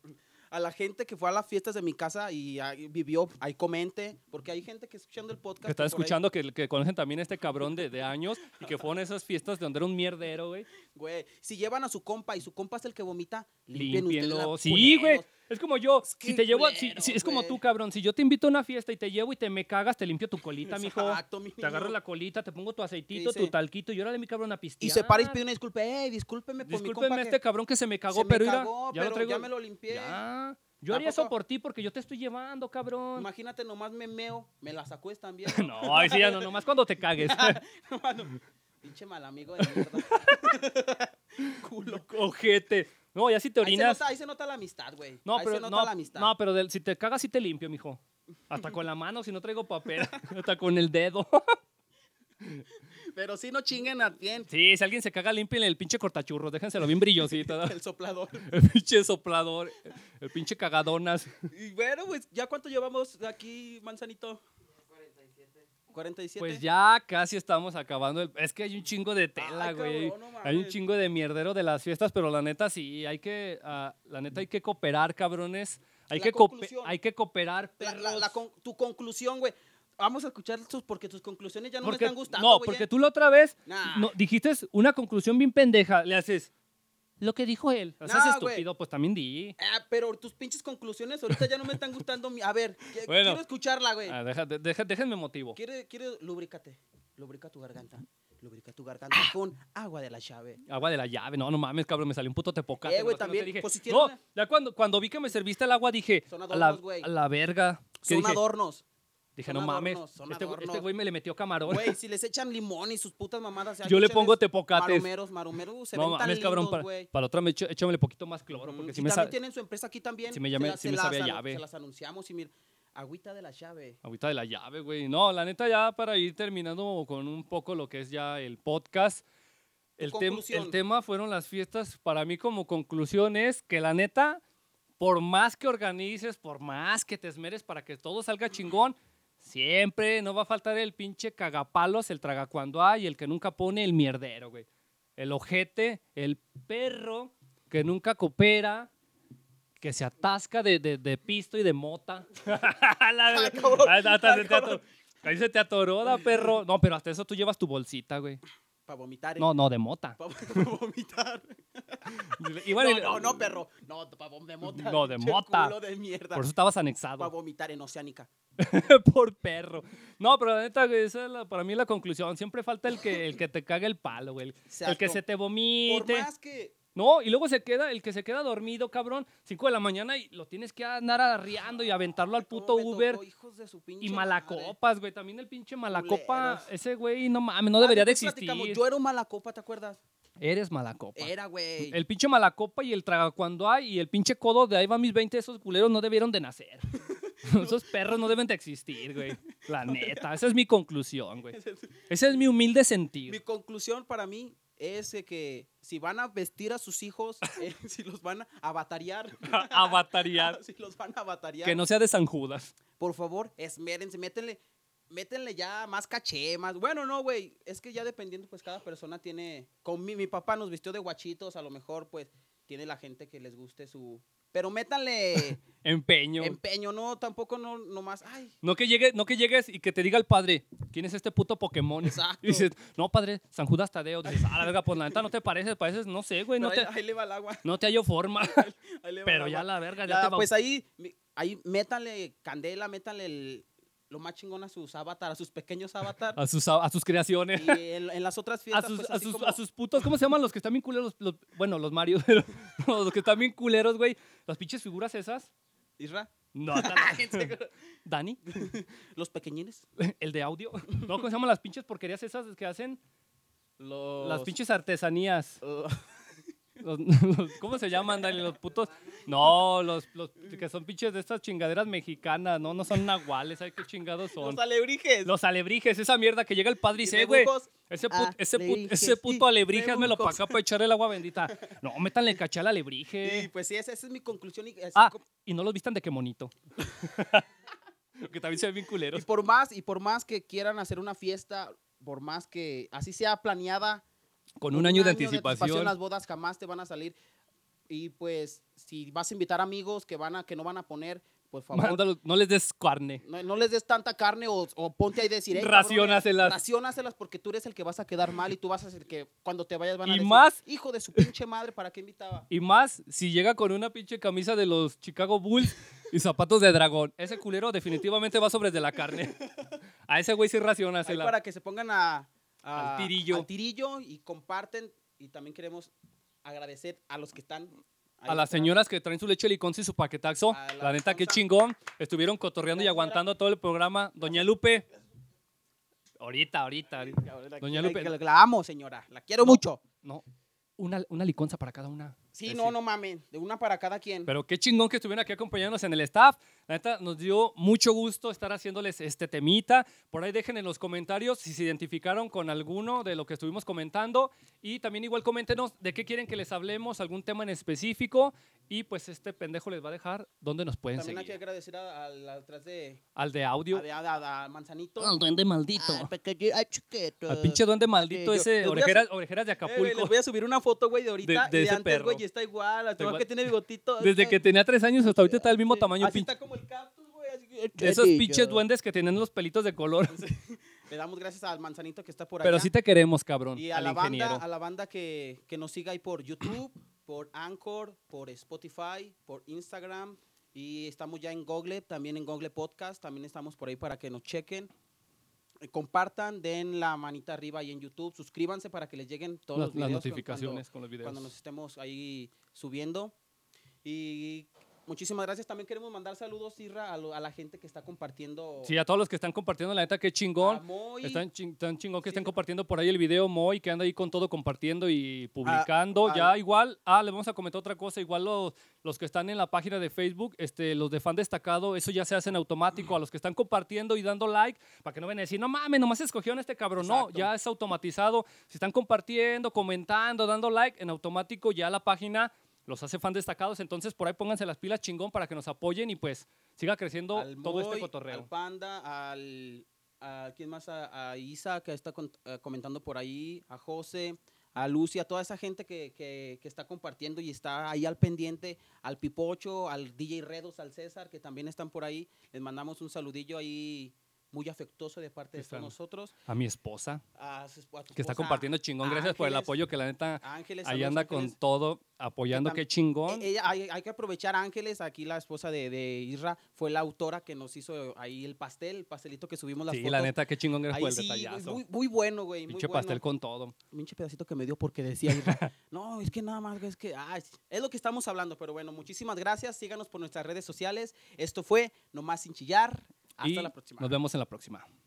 a la gente que fue a las fiestas de mi casa y ah, vivió, ahí comente, porque hay gente que escuchando el podcast.
Que están
por ahí-
escuchando que, que conocen también a este cabrón de, de años y que fueron a esas fiestas donde era un mierdero, güey.
Güey, si llevan a su compa y su compa es el que vomita, limpien ustedes la
Límpienlo. Sí,
culeros.
güey. Es como yo,
que
si te llevo, a- si-
culero,
si- es como
güey.
tú, cabrón, si yo te invito a una fiesta y te llevo y te me cagas, te limpio tu colita, mijo.
Exacto, mi
Te agarro
niño.
la colita, te pongo tu aceitito,
dice?
tu talquito y órale mi cabrón a pistear.
Y se para y pide una disculpa. Ey, discúlpeme por mi compa
Discúlpeme a este
que
cabrón que se me cagó,
se me
pero mira,
cagó,
ya
pero
lo traigo.
ya me lo limpié.
Ya. Yo
¿A
haría eso
poco?
por ti porque yo te estoy llevando, cabrón.
Imagínate, nomás me meo, me la sacudes también.
No, ay, sí, ya no, nomás cuando te cagues.
Mano, pinche mal amigo de mierda. Culo.
Ojete. No, ya si te
Ahí se,
orinas.
nota, ahí se nota la amistad, güey.
No,
ahí
pero,
se nota
no,
la amistad.
no, pero del- si te cagas sí te limpio, mijo. Hasta con la mano, si no traigo papel. Hasta con el dedo.
Pero sí no chinguen a bien
Sí, si alguien se caga, límpienle el pinche cortachurros. Déjenselo bien brillosito. ¿no?
el soplador.
El pinche soplador. El pinche cagadonas.
Y bueno, pues, ¿ya cuánto llevamos de aquí, manzanito? 47. 47.
Pues ya casi estamos acabando. el- Es que hay un chingo de tela,
Ay,
güey.
cabrón, no
hay un
mames.
chingo de mierdero de las fiestas, pero la neta sí, hay que, ah, la neta hay que cooperar, cabrones. Hay,
La
que, coope-
conclusión.
hay que cooperar.
La- la-
perros.
la con- tu conclusión, güey. Vamos a escuchar tus porque tus conclusiones ya no
Porque-
me están gustando.
no,
güey,
porque
eh.
tú la otra vez
Nah.
no, dijiste una conclusión bien pendeja. Le haces lo que dijo él. O sea,
Nah,
es
güey.
estúpido, pues también di.
Ah, pero tus pinches conclusiones ahorita ya no me están gustando. mi- A ver, que-
Bueno.
quiero escucharla, güey.
Ah, deja- de- deja- déjenme motivo.
Quiere, quiere, lubrícate. Lubrica tu garganta. Lubrica tu garganta
Ah.
con agua de la llave.
Agua de la llave, no, no mames, cabrón, me salió un puto tepocate.
Eh,
nomás que
güey,
no te
también,
dije.
pues, si tiene
no,
una-
ya cuando, cuando vi que me serviste el agua dije,
Son
a, la,
adornos, güey.
a la verga. ¿Qué
Son
dije?
adornos.
Dije,
Son
no mames.
adornos, son
este, güey- este
adornos.
güey me le metió camarón.
Güey, si les echan limón y sus putas mamadas. ya
Yo le
pinches
pongo
ves,
tepocates.
Maromeros, maromeros. uh, Se
no
ven tan
mames, cabrón. Para,
lindos, güey.
para la otra, me echo- échamele poquito más cloro.
Mm,
Porque
si
si me
también
sabe.
tienen su empresa aquí también.
sí me
se
llame-
las-
sí
se
me
las
sabe a
anu-
llave.
Se las anunciamos y mira, agüita de la llave.
Ahorita de la llave, güey. No, la neta, ya para ir terminando con un poco lo que es ya el podcast. El, tem-
conclusión.
el tema fueron las fiestas. Para mí, como conclusión, es que la neta, por más que organices, por más que te esmeres para que todo salga chingón, siempre no va a faltar el pinche cagapalos, el tragacuando hay, el que nunca pone el mierdero, güey. El ojete, el perro que nunca coopera, que se atasca de, de- de pisto y de mota. La verga.
Ah, cabrón.
Ahí está, hasta
Ah,
se te
cabrón.
atoró. Ahí se te atoró, da perro. No, pero hasta eso tú llevas tu bolsita, güey.
Para vomitar. eh.
No, no, de mota.
Pa- pa vomitar.
Y bueno, y-
no, no, no, perro. No, pa vom- de mota.
No, de
Che
mota.
culo de mierda.
Por eso estabas
Para
anexado.
vomitar en Oceánica.
Por perro. No, pero la neta, güey, esa es la- para mí la conclusión. Siempre falta el que, el que te cague el palo, güey. El- El que
Exacto.
se te
Por
vomite.
más que.
No, y luego se queda, el que se queda dormido, cabrón, 5 de la mañana y lo tienes que andar arriando y aventarlo al
¿cómo
puto
me tocó,
Uber.
hijos de su pinche
Y
madre?
malacopas, güey. También el pinche malacopa,
Culeros.
ese güey, no mames, no
Ah,
debería de
después
existir.
platicamos. Yo era un malacopa, ¿te acuerdas?
Eres malacopa.
Era, güey.
El pinche malacopa y el traga cuando hay y el pinche codo de ahí va mis 20, esos culeros no debieron de nacer. esos perros no deben de existir, güey. La neta, esa es mi conclusión, güey. Ese es mi humilde
Mi
sentir.
conclusión para mí es de que si van a vestir a sus hijos, eh, si los van a avatarear,
Avatarear.
si los van a avatarear,
Ah. Que no sea de San Judas.
por favor, esmérense, métenle, métenle ya más caché, más. Bueno, no, güey, es que ya dependiendo, pues cada persona tiene. Con mi, mi papá nos vistió de guachitos, a lo mejor, pues tiene la gente que les guste su. Pero métanle
Empeño.
empeño, no, tampoco no, nomás, ay,
No que, llegue, no que llegues y que te diga el padre, ¿quién es este puto Pokémon?
Exacto.
Y dices, no, padre, San Judas Tadeo. Dices, ah, la verga, pues la neta no te pareces, pareces, no sé, güey, no,
ahí,
te,
ahí le va el agua.
no te hallo forma.
ahí le va
Pero
el
ya
agua.
la verga, ya
Ya,
te va.
pues ahí, mi- ahí métanle candela, métanle el- lo más chingón a sus avatar, a sus pequeños avatar.
a, sus, a sus creaciones.
y en, en las otras
A
fiestas,
sus,
pues,
a,
así
sus,
como-
a sus putos, ¿cómo se llaman los que están bien culeros? Los- bueno, los Mario, pero los que están bien culeros, güey. Las pinches figuras esas.
Isra,
No, tan- Dani,
los pequeñines.
el de audio. No, ¿cómo se llaman las pinches porquerías esas que hacen?
Los,
Las pinches artesanías.
los-
Los- los- ¿Cómo se llaman, Dani? Los putos. No, los, los que son pinches de estas chingaderas mexicanas, ¿no? No son nahuales, ¿sabes qué chingados son?
los alebrijes.
Los alebrijes, esa mierda que llega el padre y dice, "Eh, güey.
rebujos.
Ese, put- ese, put-
Alebrijes,
ese puto
sí,
alebrije, me lo para
rebujos.
acá para echarle el agua bendita. No, métanle caché al alebrije.
Y pues sí, esa, esa es mi conclusión. Y, así
eh. Ah,
como-
y no los vistan de qué monito. que también se ven bien
y
culeros.
por más, y por más que quieran hacer una fiesta, por más que así sea planeada,
Con un año de anticipación.
Las bodas jamás te van a salir. Y pues, si vas a invitar amigos que, van a, que no van a poner, por favor,
mándalos- no les des carne.
no, no les des tanta carne o, o ponte ahí decir. "Ey, cabrones,
Raciónaselas".
Raciónaselas porque tú eres el que vas a quedar mal y tú vas a ser el que cuando te vayas van a
Y
decir,
más-
hijo de su pinche madre, ¿para qué invitaba?
Y más si llega con una pinche camisa de los Chicago Bulls y zapatos de dragón. Ese culero definitivamente va sobre de la carne. A ese güey sí raciona.
Ahí para que se pongan a,
Al
a-
tirillo.
al tirillo y comparten. Y también queremos agradecer a los que están. ahí
A las
atrás.
señoras que traen su leche liconza y su paquetaxo.
A la
La neta, qué
sonza.
chingón. Estuvieron cotorreando y
La señora-
aguantando todo el programa. Doña Lupe. Ahorita, ahorita. ahorita. Doña
La-
Lupe.
la- la amo, señora. La quiero mucho.
No, una, una liconza para cada una.
Sí,
Es
no, no mamen. De una para cada quien.
Eh, Pero qué chingón que estuvieron aquí acompañándonos en el staff. La neta, nos dio mucho gusto estar haciéndoles este temita. Por ahí dejen en los comentarios si se identificaron con alguno de lo que estuvimos comentando. Y también igual coméntenos de qué quieren que les hablemos, algún tema en específico. Y pues este pendejo les va a dejar dónde nos pueden
También hay que
seguir.
agradecer a- al al atrás de,
Al de audio.
a, de- a- a- a Manzanito.
Al duende maldito.
Al pequeño- ay, chiquito.
Al pinche duende maldito
yo-
ese,
yo voy a
orejeras, orejeras de
Eh, güey, les
Acapulco.
voy a subir una foto, güey, de ahorita.
De- de
y de
ese
antes,
perro.
güey, y está igual. Hasta
igual.
que tiene bigotito.
Desde
está-
que tenía tres años hasta ahorita está del mismo
sí,
tamaño.
Así
pinche-
está como el cactus, güey. así que-
de esos
Chiquillo.
pinches duendes que tienen los pelitos de color.
Le damos gracias al Manzanito que está por
Pero
allá.
sí te queremos, cabrón.
y a
al
la,
ingeniero.
banda, a la banda que, que nos siga ahí por YouTube, por Anchor, por Spotify, por Instagram. Y estamos ya en Google, también en Google Podcast. También estamos por ahí para que nos chequen. Eh, Compartan, den la manita arriba ahí en YouTube. Suscríbanse para que les lleguen todos
Las-
los
las
videos cu-
notificaciones con los
Cuando,
videos.
cuando nos estemos ahí subiendo. Y muchísimas gracias. También queremos mandar saludos, Irra, a, lo- a la gente que está compartiendo.
Sí, a todos los que están compartiendo, la neta, qué chingón.
a Moy,
Están, chin- tan chingón que
Sí,
estén
sí.
compartiendo por ahí el video Moy, que anda ahí con todo compartiendo y publicando.
ah.
ya igual, ah, le vamos a comentar otra cosa, igual los, los que están en la página de Facebook, este, los de fan destacado, eso ya se hace en automático, a los que están compartiendo y dando like, para que no vengan a decir, no mames, nomás escogieron a este cabrón. No,
Exacto.
ya es automatizado. Si están compartiendo, comentando, dando like, en automático ya la página los hace fan destacados. Entonces por ahí pónganse las pilas chingón para que nos apoyen y pues siga creciendo
al
todo este
Moy,
cotorreo.
Al Panda, al. A, ¿Quién más? A, a Isa, que está con- eh, comentando por ahí, a José, a Lucy, a toda esa gente que, que- que está compartiendo y está ahí al pendiente, al Pipocho, al DJ Redos, al César, que también están por ahí. Les mandamos un saludillo ahí muy afectuoso de parte de
Está
todos
bien.
nosotros.
A mi esposa,
A su esp- a tu
que está
esposa,
compartiendo chingón. Gracias por el
Ángeles.
apoyo que la neta.
Ángeles.
Ahí
saludos,
anda con
Ángeles.
todo, apoyando,
Que tam-
qué chingón.
Eh, ella- hay, hay que aprovechar a Ángeles, aquí la esposa de, de Isra, fue la autora que nos hizo ahí el pastel, el pastelito que subimos las
sí,
fotos.
la neta, qué chingón gracias
Ahí
por el
sí, güey,
detallazo.
muy, muy bueno, güey. muy
Pinche
bueno.
pastel con todo.
Pinche pedacito que me dio porque decía, Isra, no, es que nada más, güey, es que, ay, es lo que estamos hablando, pero bueno, muchísimas gracias, síganos por nuestras redes sociales. Esto fue Nomás Sin Chillar, hasta
Y
la próxima.
Nos vemos en la próxima.